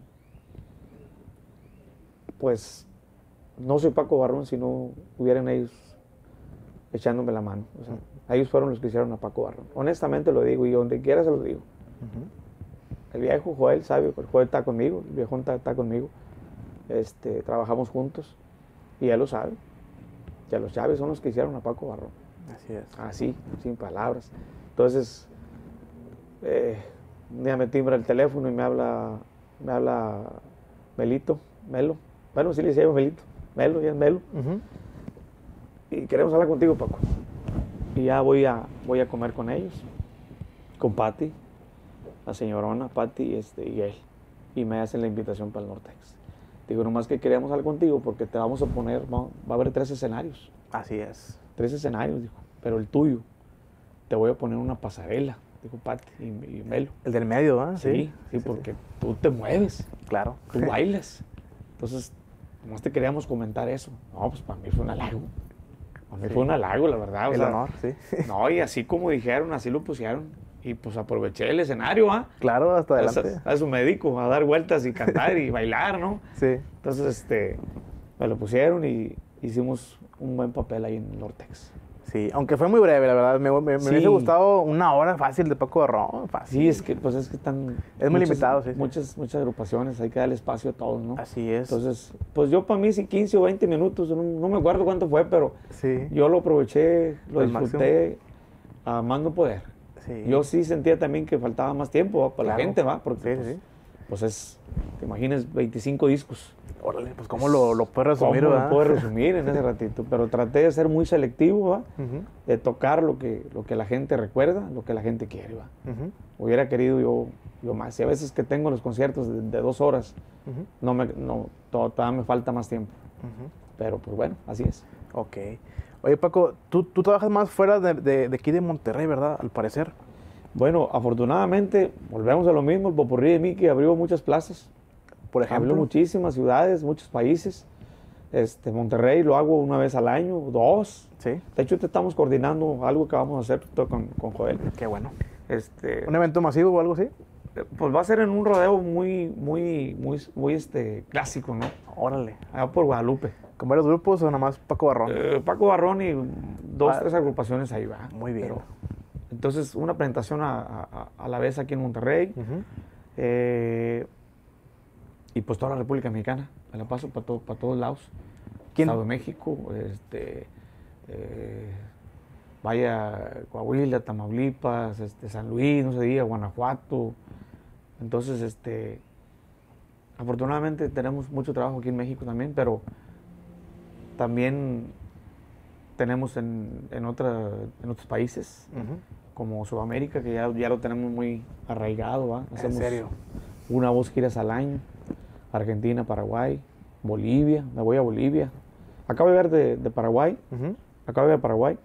pues, no soy Paco Barrón si no hubieran ellos echándome la mano. O sea, ellos fueron los que hicieron a Paco Barrón. Honestamente lo digo y donde quiera se lo digo. Ujú. El viejo Joel sabe, porque Joel está conmigo, el viejo está, está conmigo. Este, trabajamos juntos y él lo sabe. Ya los Chávez son los que hicieron a Paco Barrón. Así es. Así, sin palabras. Entonces, eh, un día me timbra el teléfono y me habla, me habla Melito, Melo. Bueno, sí le decía yo Melito, Melo, ya es Melo. Ujú. Y queremos hablar contigo, Paco. Y ya voy a, voy a comer con ellos, con Patty, la señorona, Patty este, y él. Y me hacen la invitación para el Nortex. Digo, nomás que queríamos hablar contigo porque te vamos a poner, va, va a haber tres escenarios. Así es. Tres escenarios, dijo. Pero el tuyo, te voy a poner una pasarela, dijo Patty y, y Melo. El del medio, ¿ah? Sí, sí, porque tú te mueves Claro. tú bailas. Entonces, nomás te queríamos comentar eso. No, pues para mí fue un halago. Para mí Sí. fue un halago, la verdad. Ah, o El sea, honor, [laughs] sí. No, y así como dijeron, así lo pusieron. Y pues aproveché el escenario, ¿ah? Claro, hasta A, adelante. a su médico, a dar vueltas y cantar y bailar, ¿no? Sí. Entonces, este, me lo pusieron y hicimos un buen papel ahí en Nortex. Sí, aunque fue muy breve, la verdad. Me, me- me Sí. hubiese gustado una hora fácil de Paco Barrón. Fácil. Sí, es que, pues es que están... Es muy limitado, sí, sí. Muchas, muchas agrupaciones, hay que dar espacio a todos, ¿no? Así es. Entonces, pues yo para mí sí 15 o 20 minutos, no, no me acuerdo cuánto fue, pero sí. yo lo aproveché, lo Al disfruté a más no poder. sí. Yo sí sentía también que faltaba más tiempo ¿va? para la Claro. gente, ¿va? Porque Sí, pues, sí, pues es, te imaginas, 25 discos. Órale, pues cómo lo, lo puedes resumir, ¿Cómo lo ¿verdad? puedo resumir [laughs] en ese ratito? Pero traté de ser muy selectivo, ¿va? Ujú, De tocar lo que, lo que la gente recuerda, lo que la gente quiere, ¿va? [laughs] ujú, Hubiera querido yo, yo más. Y a veces que tengo los conciertos de, de dos horas, ujú, no me, no, to- todavía me falta más tiempo. ujú. Pero pues bueno, así es. Ok. Oye, Paco, tú, tú trabajas más fuera de, de- de aquí de Monterrey, ¿verdad? Al parecer. Bueno, afortunadamente, volvemos a lo mismo, el Popurrí de Mickey abrió muchas plazas, Por abrió ejemplo. muchísimas ciudades, muchos países. Este, Monterrey lo hago una vez al año, dos. Sí, De hecho, te estamos coordinando algo que vamos a hacer to- con, con Joel. qué bueno. Este, ¿Un evento masivo o algo así? eh, pues va a ser en un rodeo muy, muy, muy, muy este, clásico, ¿no? Órale. Allá por Guadalupe. ¿Con varios grupos o nada más Paco Barrón? Eh, Paco Barrón y dos, Ah. tres agrupaciones ahí va. Muy bien. entonces, una presentación a, a- a la vez aquí en Monterrey. Ujú. Eh, y pues toda la República Mexicana, me la paso para para todos lados. ¿Quién- Estado de México, este, eh, vaya Coahuila, Tamaulipas, este, San Luis, no se diga, Guanajuato. Entonces, este, afortunadamente tenemos mucho trabajo aquí en México también, pero también tenemos en, en, otra, en otros países Ujú. como Sudamérica, que ya, ya lo tenemos muy arraigado, ¿va? En Hacemos serio. una o dos giras al año. Argentina, Paraguay, Bolivia, me voy a Bolivia. Acabo de ver de, de Paraguay, Ujú. acabo de ver Paraguay.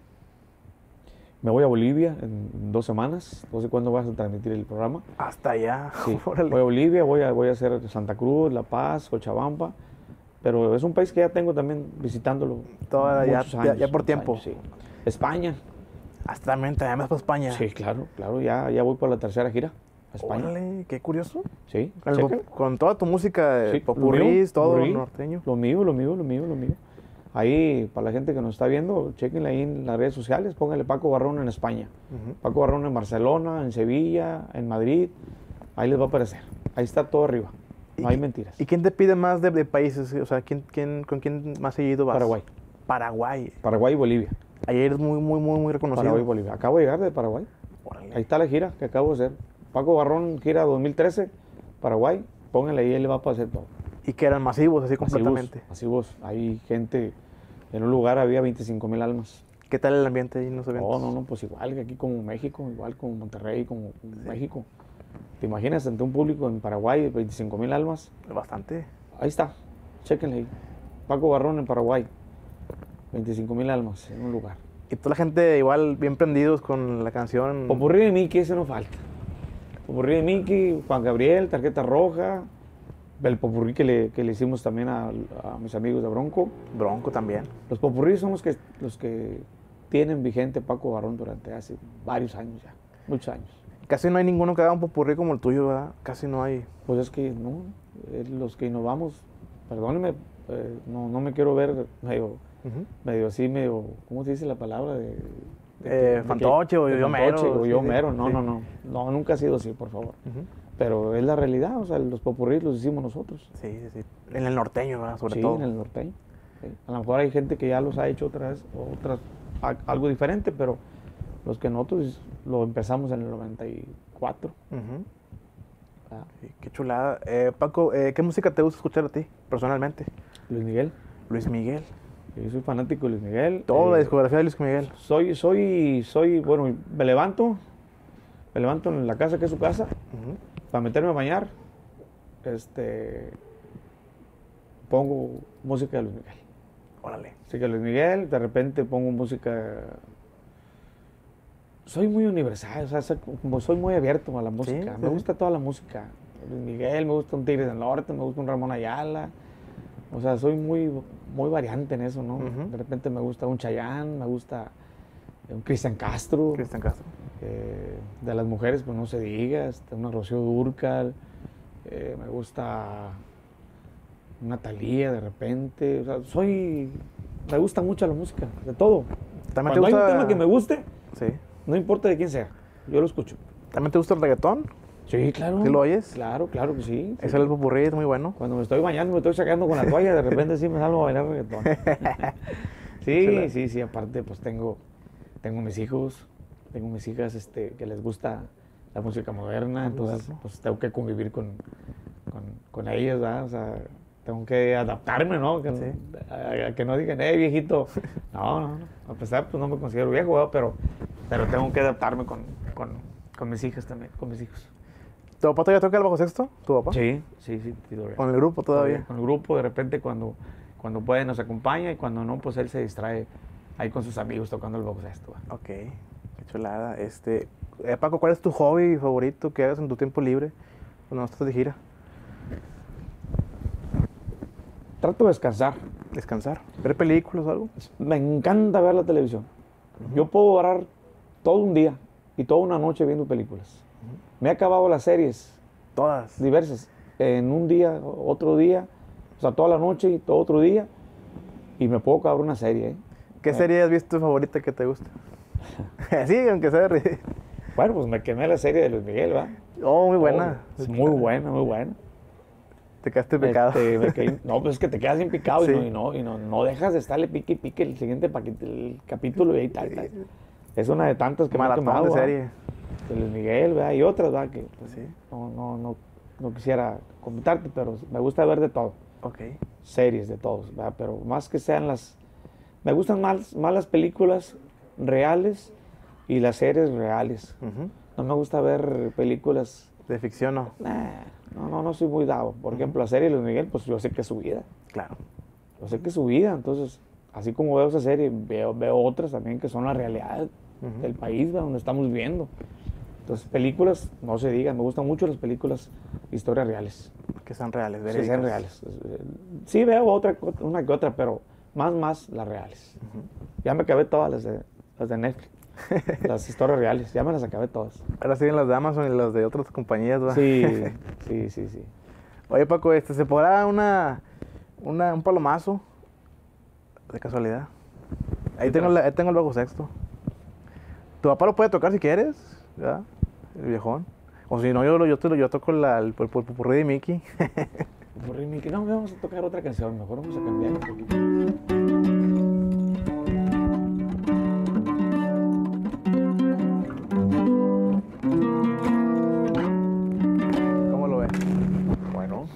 Me voy a Bolivia en dos semanas, no sé cuándo vas a transmitir el programa. Hasta allá. Sí, [laughs] Órale. voy a Bolivia, voy a, voy a hacer Santa Cruz, La Paz, Cochabamba. Pero es un país que ya tengo también visitándolo. Toda- ya- muchos ya- ya por muchos tiempo. años, sí. España, Hasta también, también vas para España. Sí, claro, claro, ya, ya voy por la tercera gira a España. Órale, qué curioso. Sí, Con, el checa. pop- con toda tu Sí, música, sí, lo mío, popurrís, Eh, todo popurrí, norteño. Lo mío, lo mío, lo mío, lo mío. Ahí, para la gente que nos está viendo, chequenle ahí en las redes sociales, pónganle Paco Barrón en España, Ujú. Paco Barrón en Barcelona, en Sevilla, en Madrid, ahí les va a aparecer. Ahí está todo arriba, no hay mentiras. ¿Y quién te pide más de, de países? O sea, ¿quién, quién, ¿con quién más seguido vas? Paraguay, Paraguay. Paraguay y Bolivia. Ahí eres muy, muy, muy, muy reconocido. Paraguay y Bolivia. Acabo de llegar de Paraguay, Órale. ahí está la gira que acabo de hacer. Paco Barrón, gira 2013, Paraguay, pónganle ahí, él le va a aparecer todo. Y que eran masivos, así Así vos, completamente. Así vos, hay gente, en un lugar había 25 mil almas. ¿Qué tal el ambiente ahí en los eventos? No, no, no, pues igual que aquí como México, igual como Monterrey, como México. ¿Te imaginas ante un público en Paraguay de 25 mil almas? Bastante. Ahí está, chéquenle ahí. Paco Barrón en Paraguay, 25 mil almas en un lugar. Y toda la gente igual bien prendidos con la canción. Popurrí de Mickey, ese no falta. Popurrí de Mickey, Juan Gabriel, Tarjeta Roja, el popurrí que le, que le hicimos también a, a mis amigos de Bronco. Bronco también. Los popurrí son los que, los que tienen vigente Paco Barrón durante hace varios años ya, muchos años. Casi no hay ninguno que haga un popurrí como el tuyo, ¿verdad? Casi no hay. Pues es que no, eh, los que innovamos, perdónenme, eh, no, no me quiero ver medio, Ujú. medio así, medio, ¿cómo se dice la palabra? De, de Eh, de fantoche o de yo mero, fantoche o sí, yo sí, mero, no, sí. no, no, no, nunca ha sido así, por favor. Ujú. Pero es la realidad, o sea, los popurrí los hicimos nosotros, Sí, sí, sí. En el norteño, ¿verdad? Sobre sí, todo. en el norteño. sí. A lo mejor hay gente que ya los ha hecho otras, otras a- algo diferente, pero los que nosotros lo empezamos en el 94. Ujú. ¿verdad? Sí, qué chulada. Eh, Paco, eh, ¿qué música te gusta escuchar a ti, personalmente? Luis Miguel. Luis Miguel. Yo soy fanático de Luis Miguel. Toda la eh, discografía de Luis Miguel. soy, soy, soy, bueno, me levanto, me levanto en la casa que es su casa, Ujú. para meterme a bañar, este, pongo música de Luis Miguel. Órale. Así que Luis Miguel, de repente pongo música. Soy muy universal, o sea, soy, como soy muy abierto a la música. sí, me sí. gusta toda la música. Luis Miguel, me gusta un Tigre del Norte, me gusta un Ramón Ayala. O sea, soy muy, muy variante en eso, ¿no? Ujú. De repente me gusta un Chayán, me gusta eh, un Cristian Castro. Cristian Castro. eh, de las mujeres, pues no se diga, este, una Rocío Durcal. eh, me gusta una Thalía de repente. O sea, soy. Me gusta mucho la música, de todo. ¿También te Cuando hay gusta- un tema que me guste, Sí. no importa de quién sea, yo lo escucho. ¿También te gusta el reggaetón? Sí, Eh, claro. ¿Sí lo oyes? Claro, claro que sí. sí. Ese es el popurrí, es muy bueno. Cuando me estoy bañando, me estoy sacando con la toalla, de repente sí me salgo a bailar [laughs] reggaetón. Chulada. sí, sí, sí, aparte pues tengo, tengo mis hijos, tengo mis hijas este, que les gusta la música Ah, moderna, entonces bueno. pues tengo que convivir con, con, con ellas, ¿verdad? O sea, tengo que adaptarme, ¿no? Que, no- Sí. a, a que no digan, eh, [laughs] viejito. No, no, no. A pesar, pues no me considero viejo, ¿verdad? pero, pero tengo que adaptarme con, con, con mis hijas también, con mis hijos. ¿Tu papá todavía toca el bajo sexto? ¿Tu papá? Sí, sí, sí, sí, lo veo. Con el grupo todavía. Con el grupo, de repente cuando, cuando puede nos acompaña y cuando no, pues él se distrae ahí con sus amigos tocando el bajo sexto. va. Ok, qué chulada. Este, eh, Paco, ¿cuál es tu hobby favorito que hagas en tu tiempo libre cuando no estás de gira? Trato de descansar. Descansar, ver películas o algo. Me encanta ver la televisión. Yo puedo durar todo un día y toda una noche viendo películas. Me he acabado las series Todas. diversas en un día, otro día, o sea, toda la noche y todo otro día. Y me puedo acabar una serie. ¿eh? ¿Qué serie has visto favorita que [laughs] te gusta? [laughs] sí, aunque sea de ri- Bueno, pues me quemé la serie de Luis Miguel, ¿va? Oh, muy buena. Es muy buena, muy buena. Te quedaste pecado. Este, me quedé- no, pues es que te quedas sin picado Sí. y, no, y, no, y no, no dejas de estarle pique y pique el siguiente paquete, el capítulo y ahí tal, tal. Es una de tantas que me ha [laughs] Maratón quemado, ah. de ¿verdad? serie. De Luis Miguel, ¿verdad? Y otras, ¿verdad? Que pues, Sí. no, no, no, no quisiera comentarte, pero me gusta ver de todo. Ok. Series de todos, ¿verdad? Pero más que sean las... Me gustan más, más las películas reales y las series reales. Ujú. No me gusta ver películas... De ficción no. nah, no, no, no soy muy dado. Por ejemplo, la serie de Luis Miguel, pues yo sé que es su vida. Claro. yo sé que es su vida, entonces, así como veo esa serie, veo, veo otras también que son la realidad Ujú. del país ¿verdad? donde estamos viviendo. Entonces, películas, no se digan, me gustan mucho las películas, historias reales, Que sean reales, que verídicas. sean reales. Eh, Sí veo otra, co- una que otra, pero más, más las reales. Ya me acabé todas las de, las de Netflix, las historias reales, ya me las acabé todas. Ahora siguen las de Amazon y las de otras compañías, ¿verdad? [laughs] Sí, sí, sí, sí. Oye, Paco, este, ¿se podrá una, una- un palomazo? De casualidad. Ahí tengo, la- ahí tengo el bajo sexto. Tu papá lo puede tocar si quieres, ¿verdad? El viejón. O si no, yo, lo- yo, te lo- yo toco la, el, el popurrí de Mickey. [laughs] Por ahí me dije, no, vamos a tocar otra canción, mejor vamos a cambiar un poquito. ¿Cómo lo ves? Bueno,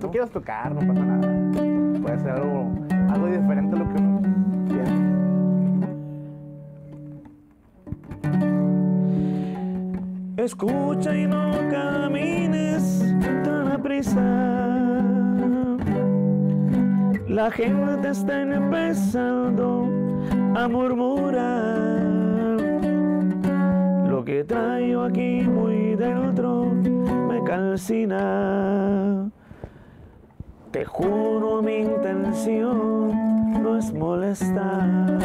Tú quieres tocar, no pasa nada. Puede ser algo, algo diferente a lo que uno piensa. escucha y no camines tan a prisa. La gente te está empezando a murmurar. Lo que traigo aquí muy dentro me calcina. Te juro mi intención no es molestar.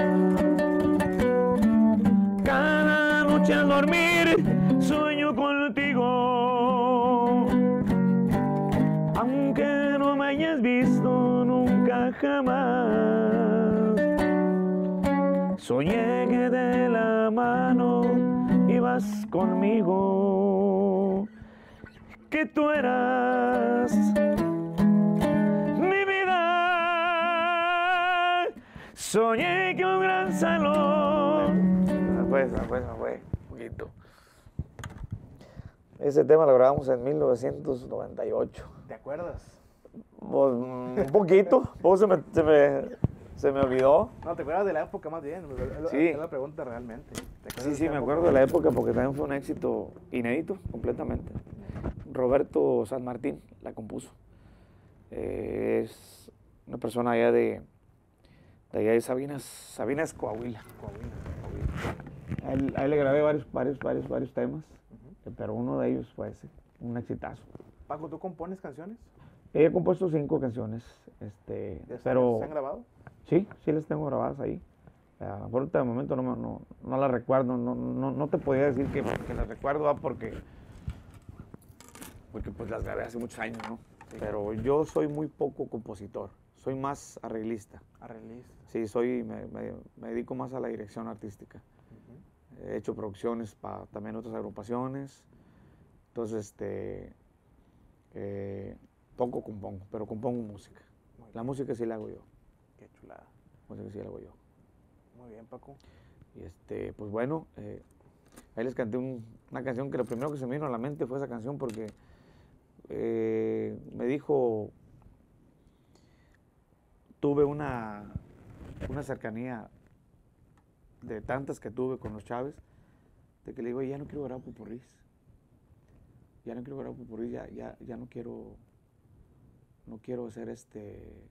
Cada noche al dormir sueño contigo. Aunque no me hayas visto nunca jamás. Soñé que de la mano ibas conmigo. Que tú eras mi vida. Soñé que un gran salón no fue, no fue, no fue. pues, ah, Un poquito. Ese tema lo grabamos en 1998. ¿Te acuerdas? Pues, mm, un poquito. [laughs] Luego se me, se me, se me olvidó. No, ¿te acuerdas de la época más bien? Es la- Sí. Es la pregunta realmente. ¿Te acuerdas Sí, de sí, esa me época? acuerdo de la época porque también fue un éxito inédito completamente. Roberto San Martín la compuso. Eh, es una persona allá de, de allá de Sabinas, Sabinas Coahuila. Coahuila. A él, a él le grabé varios, varios, varios, varios temas, eh, pero uno de ellos fue ese, un exitazo. Paco, ¿tú compones canciones? He compuesto cinco canciones, este, ¿Ya se- pero ¿Se han grabado? sí, sí las tengo grabadas ahí. Ah, por ahorita de momento no, me- no, no las recuerdo, no, no, no te podía decir que, que las recuerdo ah, porque, porque pues las grabé hace muchos años, ¿no? Pero yo soy muy poco compositor, soy más arreglista. Ah, Arreglista. Sí, soy, me, me- me dedico más a la dirección artística. He hecho producciones para también otras agrupaciones. Entonces, este, eh, poco compongo, pero compongo música. Muy bien. La música sí la hago yo. Qué chulada. Música sí la hago yo. Muy bien, Paco. Y este, pues bueno, eh, ahí les canté un- una canción que lo primero que se me vino a la mente fue esa canción porque eh, me dijo, tuve una, una cercanía de tantas que tuve con los Chávez, de que le digo, ya no quiero grabar pupurrís, ya no quiero grabar pupurrís, ya, ya, ya no quiero, no quiero hacer este,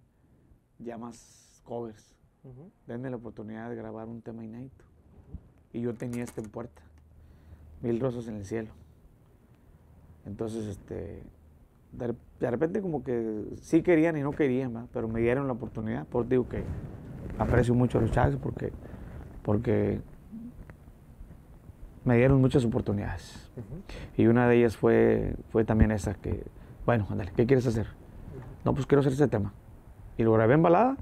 ya más covers denme la oportunidad de grabar un tema inédito. Y yo tenía este en puerta, Mil Rosas en el Cielo. Entonces, este, de, rep- de repente como que sí querían y no querían, ¿verdad? pero me dieron la oportunidad. Por eso digo que aprecio mucho a los Chávez porque, porque me dieron muchas oportunidades. Y una de ellas fue, fue también esa que, bueno, ándale, ¿qué quieres hacer? No, pues quiero hacer ese tema. Y lo grabé en balada.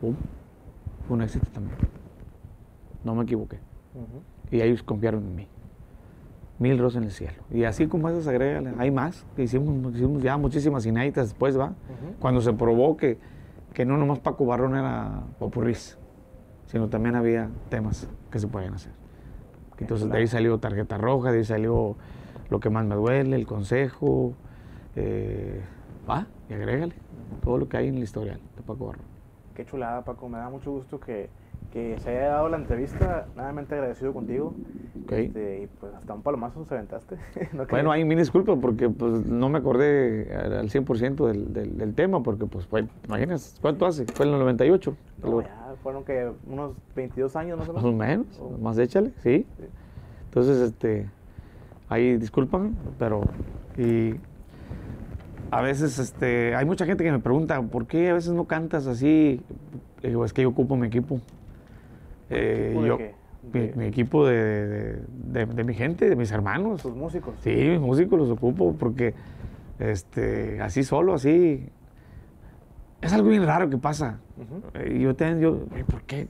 Pum. Fue un éxito también. No me equivoqué. Y ellos confiaron en mí. Mil rosas en el cielo. Y así como esas, agrégale. Hay más. Que hicimos, hicimos ya muchísimas inéditas después, ¿va? Cuando se probó que, que no nomás Paco Barrón era popurrís, sino también había temas que se podían hacer. Entonces de ahí salió Tarjeta Roja, de ahí salió Lo que más me duele, El Consejo. eh, va, Ah. y agrégale. Todo lo que hay en el historial de Paco Barrón. Qué chulada, Paco. Me da mucho gusto que, que se haya dado la entrevista. Nuevamente agradecido contigo. Ok. Este, y pues hasta un palomazo se aventaste. [laughs] No quería- Bueno, ahí mi disculpa porque pues, no me acordé al al 100% del, del, del tema, porque pues fue, imaginas, ¿cuánto hace? Fue en el 98. No, ya fueron que unos 22 años más o Más o menos. menos, más échale, sí. Sí. Entonces, este, ahí discúlpame, pero y a veces este, hay mucha gente que me pregunta, ¿por qué a veces no cantas así? Le digo, es que yo ocupo mi equipo. Eh, equipo de yo- qué? mi, De- mi equipo de, de- de- de mi gente, de mis hermanos. Sus músicos. Sí, mis músicos los ocupo porque este, así solo, así. Es algo bien raro que pasa. Ujú. Eh, yo tengo, yo, "Güey, ¿por qué?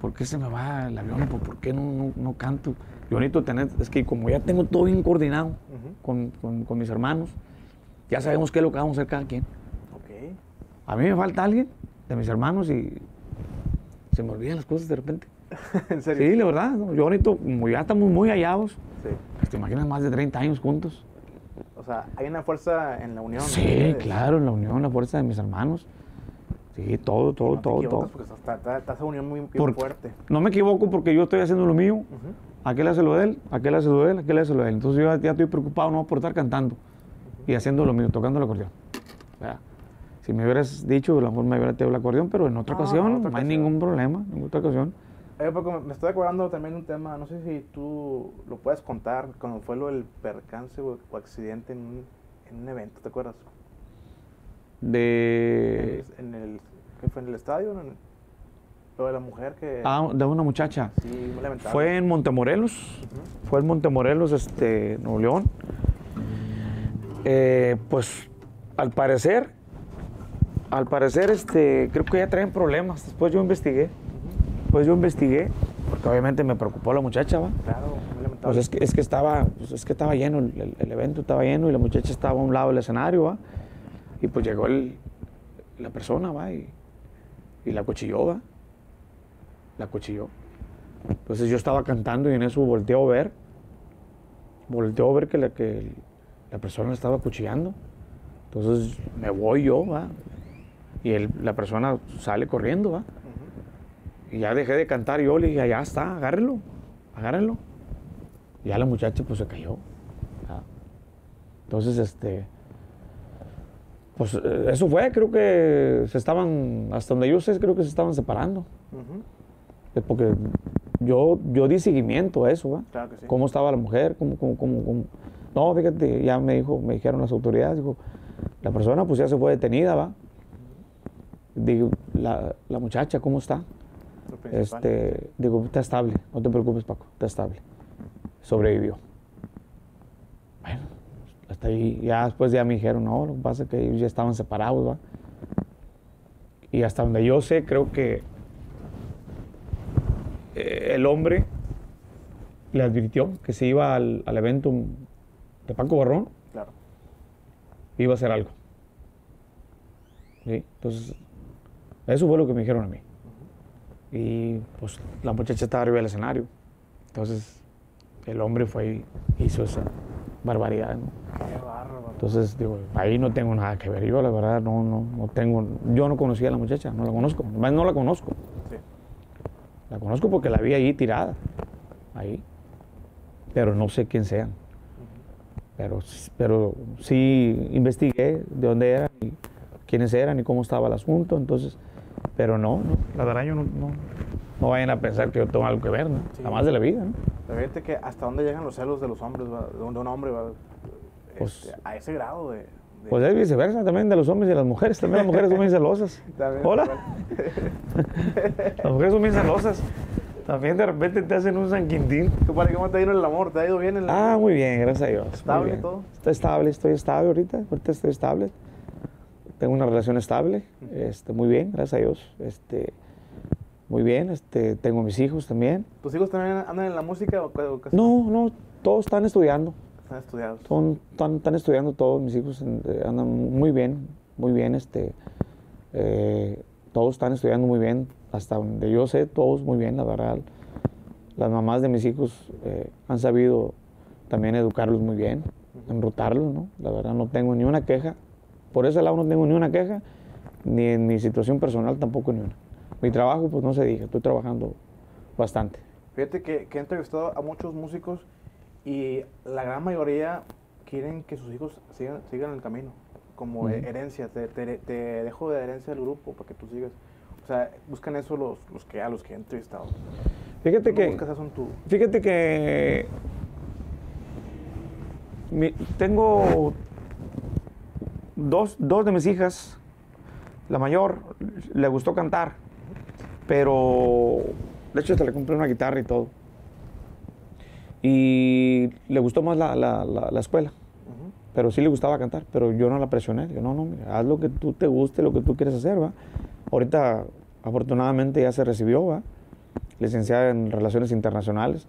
¿Por qué se me va el avión? ¿Por, por qué no, no, no canto? Yo bonito tener, es que como ya tengo todo bien coordinado Ujú. con, con- con mis hermanos, ya sabemos qué es lo que vamos a hacer cada quien. Ok. [laughs] A mí me falta alguien de mis hermanos y se me olvidan las cosas de repente. en serio. Sí, la verdad, ¿no? yo bonito, como ya estamos muy hallados, Sí. pues, te imaginas más de 30 años juntos. O sea, hay una fuerza en la unión. ¿no? Sí, Ustedes. claro, en la unión, la fuerza de mis hermanos. Sí, todo, todo, No te todo, equivocas todo. Porque está, está- está esa unión muy, muy Por- fuerte. No me equivoco porque yo estoy haciendo lo mío Ujú. aquel hace lo de él, aquel hace lo de él, aquel hace lo de él. Entonces yo ya estoy preocupado no por estar cantando y haciendo lo mío, tocando el acordeón. ¿verdad? Si me hubieras dicho, a lo mejor me hubiera tirado el acordeón, pero en otra No, ocasión en no, otra hay ocasión. ningún problema, en otra ocasión. Oye, Paco, me estoy acordando también de un tema, no sé si tú lo puedes contar, cuando fue lo del percance o, o accidente en un, en un evento, ¿te acuerdas? De, En, el- en el, ¿qué fue en el estadio? En el- lo de la mujer que... ah, de una muchacha. sí, muy lamentable. Fue en Montemorelos, fue en Montemorelos, este, Nuevo León. Eh, pues al parecer, al parecer, este, creo que ya traen problemas. Después yo investigué, pues yo investigué, porque obviamente me preocupó la muchacha, ¿va? Claro, muy lamentable. Pues es que, es que estaba, pues es que estaba lleno, el, el- el evento estaba lleno y la muchacha estaba a un lado del escenario, ¿va? Y pues llegó el- la persona, ¿va? Y, y la cuchilló, ¿va? La cuchilló. Entonces yo estaba cantando y en eso volteó a ver, volteó a ver que la, que la persona la estaba cuchillando. Entonces me voy yo, ¿va? Y él- la persona sale corriendo, ¿va? Y ya dejé de cantar yo, le dije, ya está, agárrenlo, agárrenlo. Y ya la muchacha pues se cayó. Ah. ¿verdad? Entonces, este, pues eh, eso fue, creo que se estaban, hasta donde yo sé, creo que se estaban separando. Ujú, Es Porque yo, yo di seguimiento a eso, ¿va? Claro que sí. ¿Cómo estaba la mujer? ¿Cómo, cómo, cómo, cómo? No, fíjate, ya me dijo, me dijeron las autoridades, dijo, la persona pues ya se fue detenida, ¿va? Digo, la, la muchacha, ¿cómo está? Lo principal. Este, digo, está estable, no te preocupes, Paco, está estable. Sobrevivió. Bueno, hasta ahí, ya después ya me dijeron, no, lo que pasa es que ellos ya estaban separados, ¿va? Y hasta donde yo sé, creo que eh, el hombre le advirtió que si iba al, al evento de Paco Barrón, Claro. iba a hacer algo. ¿Sí? Entonces, eso fue lo que me dijeron a mí. Y pues la muchacha estaba arriba del escenario. Entonces, el hombre fue y hizo esa barbaridad. ¿no? Qué bárbaro. Entonces, digo, ahí no tengo nada que ver. Yo, la verdad, no, no, no tengo. Yo no conocía a la muchacha, no la conozco. Más no la conozco. Sí. La conozco porque la vi ahí tirada. Ahí. Pero no sé quién sean. Pero, s- pero sí investigué de dónde eran y quiénes eran y cómo estaba el asunto. Entonces, pero no, no, la verdad yo no, no, no vayan a pensar que yo tengo algo que ver, ¿no? Sí. Jamás de la vida, ¿no? Pero fíjate que hasta dónde llegan los celos de los hombres, va, de un de un hombre, va, Pues- este, a ese grado de... de- Pues es viceversa también de los hombres y de las mujeres. También las mujeres son bien celosas. [laughs] También, Hola. igual. [laughs] Las mujeres son bien celosas. También de repente te hacen un San Quintín. ¿Tú para cómo te ha ido en el amor? ¿Te ha ido bien en el Ah, muy bien, gracias a Dios. muy ¿Estable bien. todo? Está estable, estoy estable ahorita. Ahorita estoy estable. Tengo una relación estable. Este, muy bien, gracias a Dios. Este, muy bien, este, tengo mis hijos también. ¿Tus hijos también andan en la música o, o casi No, no, todos están estudiando. están estudiados? Son, están, están estudiando todos, mis hijos en- eh, andan muy bien, muy bien. Este, eh, todos están estudiando muy bien, hasta donde yo sé, todos muy bien, la verdad. Las mamás de mis hijos eh, han sabido también educarlos muy bien, enrutarlos, ¿no? La verdad no tengo ni una queja. Por ese lado no tengo ni una queja, ni en mi situación personal tampoco ni una. Mi trabajo, pues no se diga, estoy trabajando bastante. Fíjate que, que he entrevistado a muchos músicos y la gran mayoría quieren que sus hijos sigan, sigan el camino, como he- Ujú. herencia, te, te- te dejo de herencia del grupo para que tú sigas. O sea, buscan eso los, los que a los que he entrevistado. Fíjate No pues, que... buscas eso en tu... Fíjate que mi- tengo dos, dos de mis hijas. La mayor le gustó cantar, pero de hecho hasta le compré una guitarra y todo. Y le gustó más la, la- la- la escuela, Ujú. pero sí le gustaba cantar, pero yo no la presioné. Yo no, no, mira, haz lo que tú te guste, lo que tú quieres hacer, ¿va? Ahorita afortunadamente ya se recibió, ¿va? Licenciada en Relaciones Internacionales.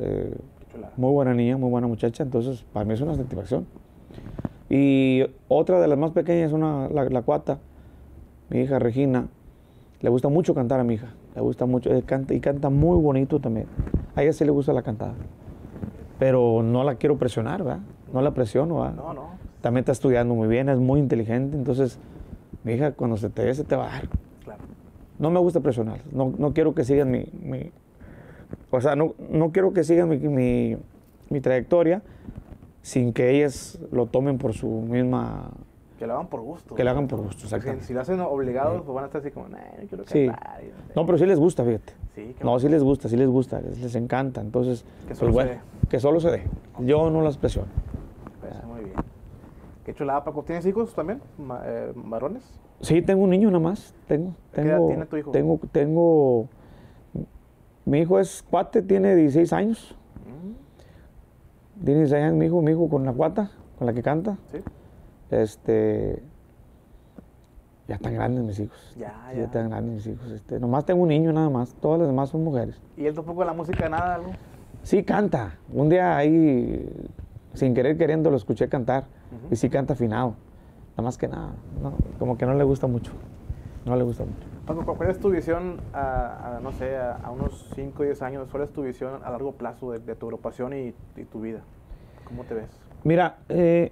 Eh, Qué chulada. muy buena niña, muy buena muchacha, entonces para mí es una satisfacción. Y otra de las más pequeñas, una, la, la cuata, mi hija Regina, le gusta mucho cantar a mi hija, le gusta mucho, eh, canta, y canta muy bonito también. A ella sí le gusta la cantada, pero no la quiero presionar, ¿verdad? No la presiono, ¿verdad? No, no. También está estudiando muy bien, es muy inteligente, entonces mi hija cuando se te dé se te va a dar. Claro. No me gusta presionar, no, no quiero que sigan mi, mi- o sea, no, no quiero que sigan mi, mi, mi trayectoria sin que ellas lo tomen por su misma... Que lo hagan por gusto. que lo hagan por gusto, Porque exactamente. Si lo hacen obligados, pues van a estar así como, "Nah, no quiero Sí. cantar. y no sé". No, pero sí les gusta, fíjate. Sí, qué No, bueno. sí les gusta, sí les gusta, les, les encanta. Entonces, pues Que solo se que solo se dé. Yo no las presiono. Pues, muy bien. Qué chulada, Paco. ¿Tienes hijos también? Ma- eh, ¿Varones? Sí, tengo un niño nada más. Tengo, ¿Qué tengo, edad tiene tu hijo? Tengo, tengo. Mi hijo es cuate, tiene 16 años. Mm, Tiene 16 años mi hijo, mi hijo con la cuata, con la que canta. Sí. Este. Ya están grandes mis hijos. Ya, Sí, ya. están grandes mis hijos. Este, nomás tengo un niño nada más. Todas las demás son mujeres. ¿Y él tampoco la música nada, algo? Sí, canta. Un día ahí, sin querer queriendo, lo escuché cantar. Ujú. Y sí canta afinado. Nada más que nada. no, como que no le gusta mucho. No le gusta mucho. Paco, ¿cu- ¿cuál es tu visión a, a, no sé, a, a unos 5 o 10 años? ¿Cuál es tu visión a largo plazo de, de tu agrupación y, y tu vida? ¿Cómo te ves? Mira, eh,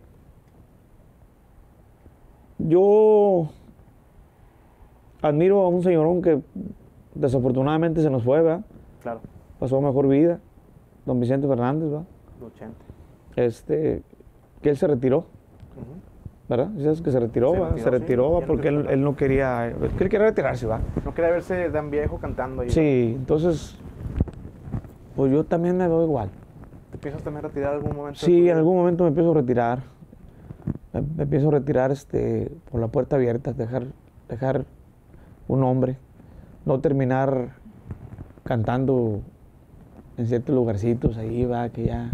yo admiro a un señorón que desafortunadamente se nos fue, ¿verdad? Claro, Pasó mejor vida. Don Vicente Fernández, ¿verdad? luchante. Este, que él se retiró. Ujú. ¿verdad? Sabes que se retiró, Se va, retiró, se sí, retiró va, ya no porque él, quiso él no quería, él quería retirarse, va. No quería verse tan viejo cantando. Ahí, Sí, entonces, pues yo también me veo igual. ¿Te piensas también retirar en algún momento? de tu Sí, en vida? algún momento me empiezo a retirar, me, me empiezo a retirar este, por la puerta abierta, dejar, dejar un hombre, no terminar cantando en ciertos lugarcitos ahí, va, que ya,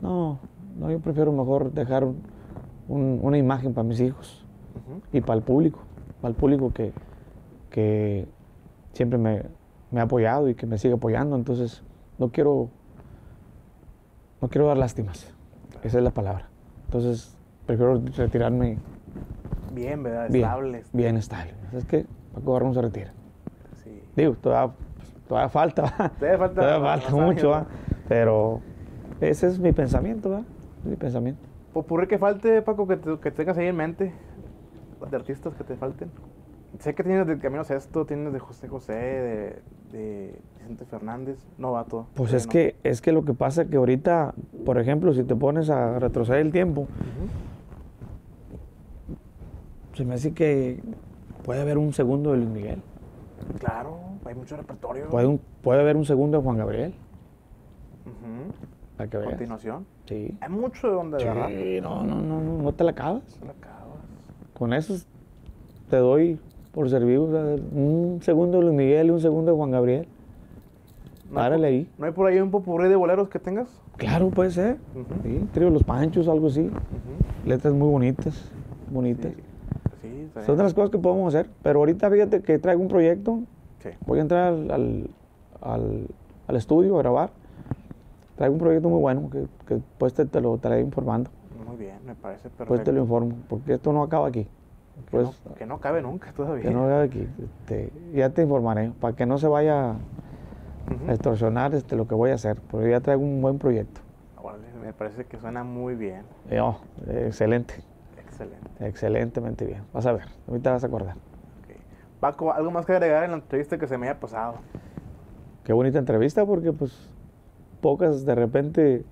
no, no, yo prefiero mejor dejar un- un- una imagen para mis hijos. Ujú. y para el público, para el público que, que siempre me, me ha apoyado y que me sigue apoyando. Entonces, no quiero, no quiero dar lástimas. Esa es la palabra. Entonces, prefiero retirarme Bien, ¿verdad? bien, Estables. bien estable. Pues Es que Paco Barrón se retira. Sí. Digo, todavía, pues, todavía falta, ¿va? [laughs] Todavía falta más- falta más años, mucho, ¿va? ¿va? pero ese es mi pensamiento, ¿va? Mi pensamiento. Popurrí que falte, Paco, que, te- que tengas ahí en mente, de artistas que te falten. Sé que tienes de Camino Sexto, tienes de José José, de, de Vicente Fernández, novato. Pues todavía es no. que, es que lo que pasa es que ahorita, por ejemplo, si te pones a retroceder el tiempo, se me hace que puede haber un segundo de Luis Miguel, Ujú. Claro, hay mucho repertorio. puede, Pues un- puede haber un segundo de Juan Gabriel, Ujú. para que A veas. continuación. Sí. Hay mucho de donde agarrar. Sí, no, no, no, no, no te la acabas. Se la acabas. Con eso te doy por servido o sea, un segundo de Luis Miguel y un segundo de Juan Gabriel. No hay Párale por- ahí. ¿No hay por ahí un popurrí de boleros que tengas? Claro, puede ser. Ujú. Sí, trío Los Panchos, algo así. Ujú. Letras muy bonitas, bonitas. Sí, sí, está Son de bien. las cosas que podemos hacer. Pero ahorita fíjate que traigo un proyecto. Sí. Voy a entrar al, al, al- al estudio a grabar. Traigo un proyecto muy bueno que, que después te, te lo estaré informando. Muy bien, me parece Después Pues te perfecto. lo informo. Porque esto no acaba aquí. Que no- Pues, que, no, cabe nunca todavía. que no acaba aquí. Este, ya te informaré. Para que no se vaya Ujú. a extorsionar este, lo que voy a hacer. Porque ya traigo un buen proyecto. Órale, me parece que suena muy bien. Eh, oh, eh, excelente. Excelente. Excelentemente bien. Vas a ver. Ahorita vas a acordar. ok. Paco, ¿algo más que agregar en la entrevista que se me haya pasado? Qué bonita entrevista porque pues pocas de repente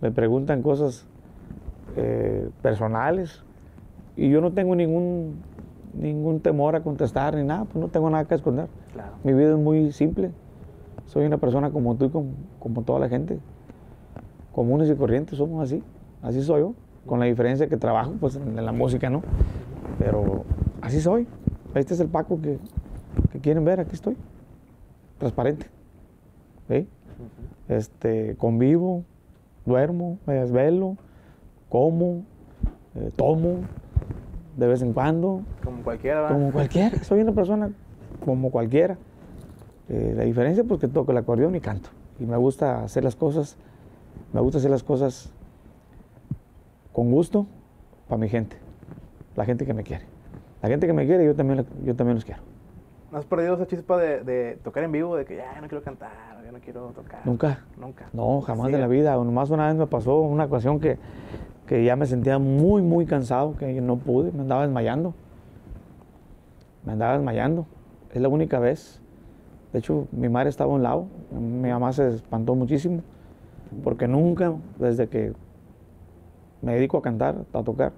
me preguntan cosas eh, personales y yo no tengo ningún ningún temor a contestar ni nada, pues no tengo nada que esconder. Claro. Mi vida es muy simple. Soy una persona como tú y como, como toda la gente. Comunes y corrientes somos así. Así soy yo. Con la diferencia que trabajo pues en, en la música, ¿no? Pero así soy. Este es el Paco que, que quieren ver. Aquí estoy. Transparente. ¿Sí? Este, convivo, duermo, me desvelo, como, eh, tomo de vez en cuando. Como cualquiera, ¿verdad? Como cualquiera, soy una persona como cualquiera. Eh, la diferencia pues que toco el acordeón y canto. Y me gusta hacer las cosas, me gusta hacer las cosas con gusto para mi gente, la gente que me quiere. La gente que me quiere, yo también, la- yo también los quiero. ¿No has perdido esa chispa de, de tocar en vivo? De que ya no quiero cantar, ya no quiero tocar. Nunca. Nunca. No, jamás Sí, de la vida. Nomás una vez me pasó una ocasión que, que ya me sentía muy, muy cansado, que no pude, me andaba desmayando. Me andaba desmayando. Es la única vez De hecho, mi madre estaba a un lado. Mi mamá se espantó muchísimo porque nunca, desde que me dedico a cantar, a tocar,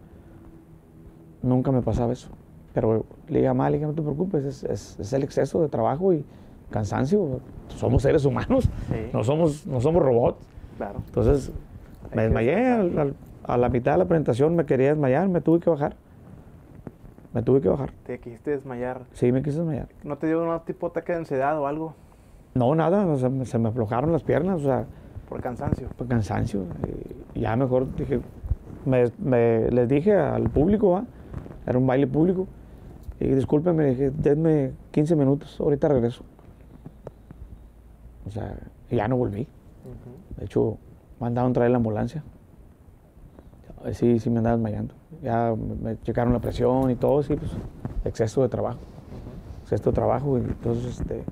nunca me pasaba eso. Pero le dije a mamá, le dije, no te preocupes, es, es- es el exceso de trabajo y cansancio. Somos seres humanos, Sí. no, somos, no somos robots. Claro. Entonces me que desmayé, al- al- a la mitad de la presentación me quería desmayar, me tuve que bajar. Me tuve que bajar. Te quisiste desmayar. Sí, me quise desmayar. ¿No te dio un tipo ataque de ansiedad o algo? No, nada, o sea, me- se me aflojaron las piernas, o sea, Por cansancio. por pues, cansancio. y ya mejor dije, me, me- les dije al público, ¿va? era un baile público, y discúlpenme, dije, denme 15 minutos, ahorita regreso. O sea, y ya no volví. De hecho, mandaron traer la ambulancia. Eh, Sí, sí me andaba desmayando. Ya me me checaron la presión y todo, sí, pues, exceso de trabajo. Exceso de pues, trabajo, y entonces este,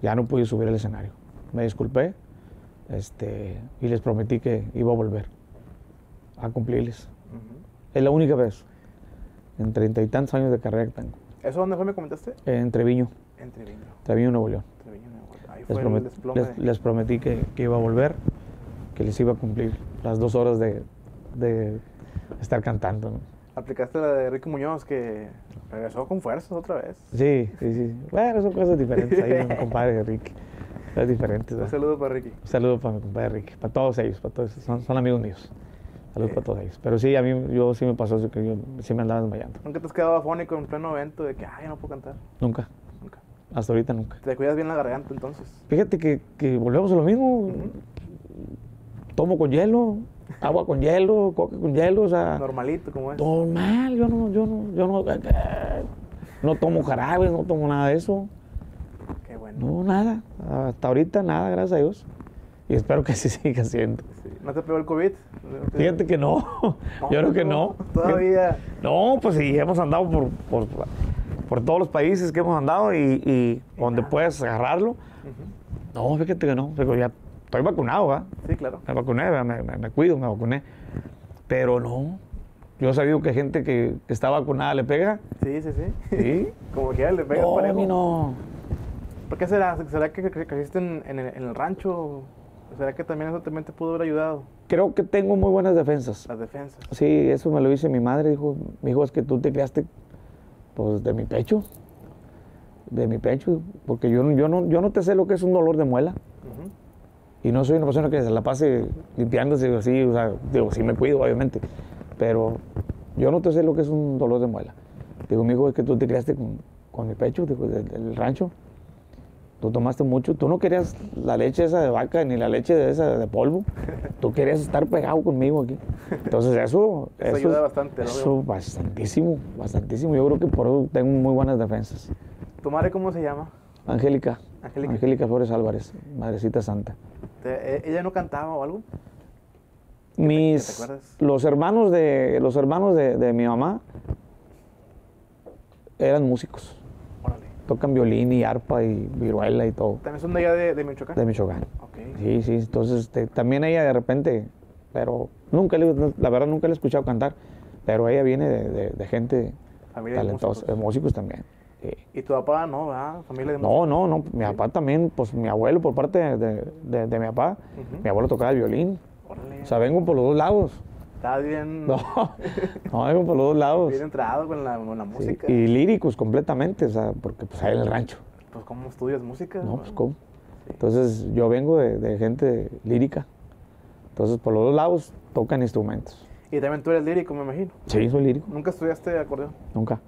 ya no pude subir al escenario. Me disculpé este, y les prometí que iba a volver a cumplirles. Ujú. Es la única vez en treinta y tantos años de carrera que tengo. ¿Eso dónde fue, me comentaste? En Treviño, En Treviño. Treviño, Nuevo León. Treviño, Nuevo León. Ahí Les, fue promet- el desplome. les- de- les prometí que, que iba a volver, que les iba a cumplir las dos horas de, de estar cantando. ¿no? Aplicaste la de Ricky Muñoz, que regresó con fuerzas otra vez. Sí, sí, sí. Bueno, son cosas diferentes ahí, mi compadre Ricky. Cosas diferentes. Un ¿verdad? saludo para Ricky. Un saludo para mi compadre Ricky, para todos ellos, para todos, son, son amigos míos. Saludos Eh. para todos ellos. Pero sí, a mí yo sí me pasó eso, que yo sí me andaba desmayando. ¿Nunca te has quedado afónico en pleno evento de que, ay, no puedo cantar? Nunca, Nunca. hasta ahorita nunca. Te cuidas bien la garganta entonces. Fíjate que, que volvemos a lo mismo. Tomo con hielo, agua con hielo, coca con hielo, o sea, Normalito, como es. normal. Yo no, yo no, yo no, no tomo jarabes, no tomo nada de eso. Qué bueno. No, nada. Hasta ahorita nada, gracias a Dios. Y espero que así [laughs] siga siendo. Sí. ¿No te pegó el COVID? ¿No te- Fíjate que no. No, Yo creo que no. [laughs] Todavía. No, pues sí, hemos andado por, por, por todos los países que hemos andado y, y donde puedes agarrarlo. No, fíjate que no. Digo, ya estoy vacunado, ¿va? Sí, claro. Me vacuné, ¿verdad? me, me- me cuido, me vacuné. Pero no. Yo he sabido que gente que, que está vacunada le pega. Sí, sí, sí. [laughs] Sí. Como que ya le pegas No, a parejo. mí no. ¿Por qué será? ¿Será que que creciste en, en el, en el rancho? ¿Será que también eso también te pudo haber ayudado? Creo que tengo muy buenas defensas. Las defensas. Sí, eso me lo dice mi madre, dijo, mi hijo, es que tú te creaste, pues, de mi pecho, de mi pecho, porque yo, no- yo, no, yo no te sé lo que es un dolor de muela, Ujú. y no soy una persona que se la pase limpiándose o así, o sea, digo, sí me cuido, obviamente, pero yo no te sé lo que es un dolor de muela. Digo, mi hijo, es que tú te creaste con, con mi pecho, dijo, del, del rancho, tú tomaste mucho, tú no querías la leche esa de vaca ni la leche de esa de polvo, tú querías estar pegado conmigo aquí. Entonces eso... Eso ayuda bastante, ¿no? Eso bastantísimo, bastantísimo. Yo creo que por eso tengo muy buenas defensas. ¿Tu madre cómo se llama? Angélica. Angélica. Flores Álvarez, Madrecita Santa. Te- e- ¿Ella no cantaba o algo? Mis, te acuerdas? los hermanos, de, los hermanos de, de mi mamá eran músicos. Órale. Tocan violín y arpa y viruela y todo, ¿También son de allá de, de Michoacán? de Michoacán. Ok. Sí, sí, entonces este, también ella de repente, pero nunca, le- la verdad nunca la he escuchado cantar, pero ella viene de, de- de gente Familia de talentosa, de músicos. músicos también. sí. ¿Y tu papá no, verdad? Familia de No, no, no, mi papá también, pues mi abuelo por parte de, de- de- de mi papá, Ujú. mi abuelo tocaba el violín, músicos. Órale. o sea, vengo por los dos lados. Estás bien, [laughs] No, no, vengo por los dos lados. bien entrado con la, con la Sí, música. y líricos completamente, o sea, porque pues ahí en el rancho, Pues, ¿cómo estudias música? ¿no? Pues Bueno, cómo. Entonces yo vengo de, de gente lírica, entonces por los dos lados tocan instrumentos. Y también tú eres lírico, me imagino. Sí, soy lírico, ¿Nunca estudiaste acordeón? nunca.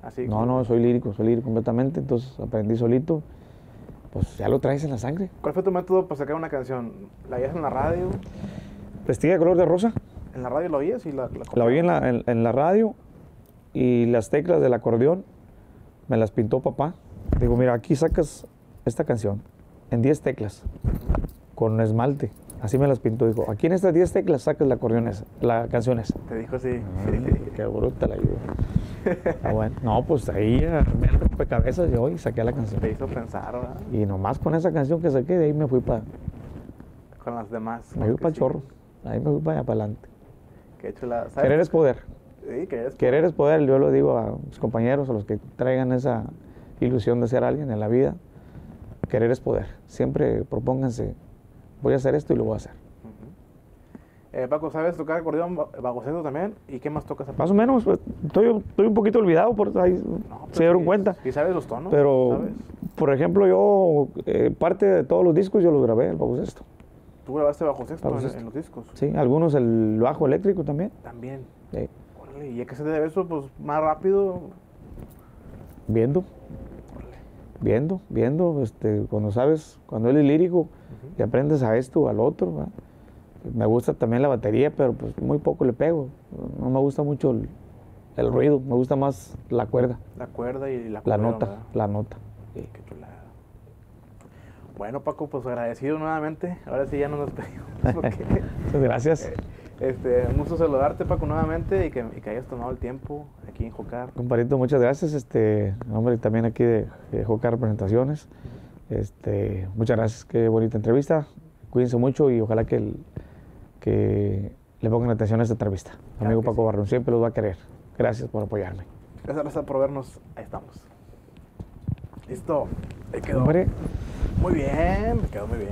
Así. No, no, soy lírico, soy lírico completamente, entonces aprendí solito, pues ya lo traes en la sangre. ¿Cuál fue tu método para sacar una canción? ¿La oías en la radio? Vestida de color de rosa. ¿En la radio la oías y la, la La oí en copiabas? la, en, en la radio y las teclas del acordeón me las pintó papá. Digo, mira, aquí sacas esta canción en 10 teclas con esmalte. Así me las pintó. Dijo, aquí en estas 10 teclas sacas la, acordeón esa, la canción esa. [laughs] Te dijo así. [laughs] Qué bruta la ayuda. Ah, bueno. No, pues ahí armé el rompecabezas yo y saqué la canción. Te hizo pensar, ¿verdad? Y nomás con esa canción que saqué, de ahí me fui para Con las demás. me fui porque pa sí, chorro. Ahí me fui para adelante. Qué chula. ¿sabes? Querer es poder. Sí, querer es- Querer es poder, yo lo digo a mis compañeros, a los que traigan esa ilusión de ser alguien en la vida. querer es poder. Siempre propónganse, voy a hacer esto y lo voy a hacer. Eh, Paco, ¿sabes tocar acordeón ba- bagoceto también? ¿Y qué más tocas? Más o menos, pues, estoy, estoy un poquito olvidado, por ahí No, pero se dieron sí, cuenta. Sí sabes los tonos. Pero, ¿sabes? por ejemplo, yo, eh, parte de todos los discos yo los grabé, el bajo sexto. Tú grabaste bajo sexto Bajo en, sexto. en los discos. Sí, algunos el bajo eléctrico también. También. eh, Órale, ¿y a qué se debe eso? Pues más rápido. viendo, viendo, viendo. Este, cuando sabes, cuando eres lírico y aprendes a esto, al otro. ¿verdad? Me gusta también la batería, pero pues muy poco le pego. No me gusta mucho el, el ruido, me gusta más la cuerda, La cuerda y la la cuerda, nota, ¿verdad? la nota. Sí, Qué chulada. Bueno, Paco, pues agradecido nuevamente. Ahora sí ya nos despedimos. [laughs] [laughs] porque, Muchas gracias, este, un gusto saludarte, Paco, nuevamente y que, y que hayas tomado el tiempo aquí en Jocar. comparito, muchas gracias. Este, a nombre también aquí de, de Jocar Presentaciones. Este, muchas gracias, qué bonita entrevista. Cuídense mucho y ojalá que, el- que le pongan atención a esta entrevista. Claro Amigo que Paco Barrón, siempre los va a querer. Gracias por apoyarme. Gracias, Raza, por vernos. Ahí estamos. Listo. Ahí quedó. Hombre, Muy bien, me quedó muy bien.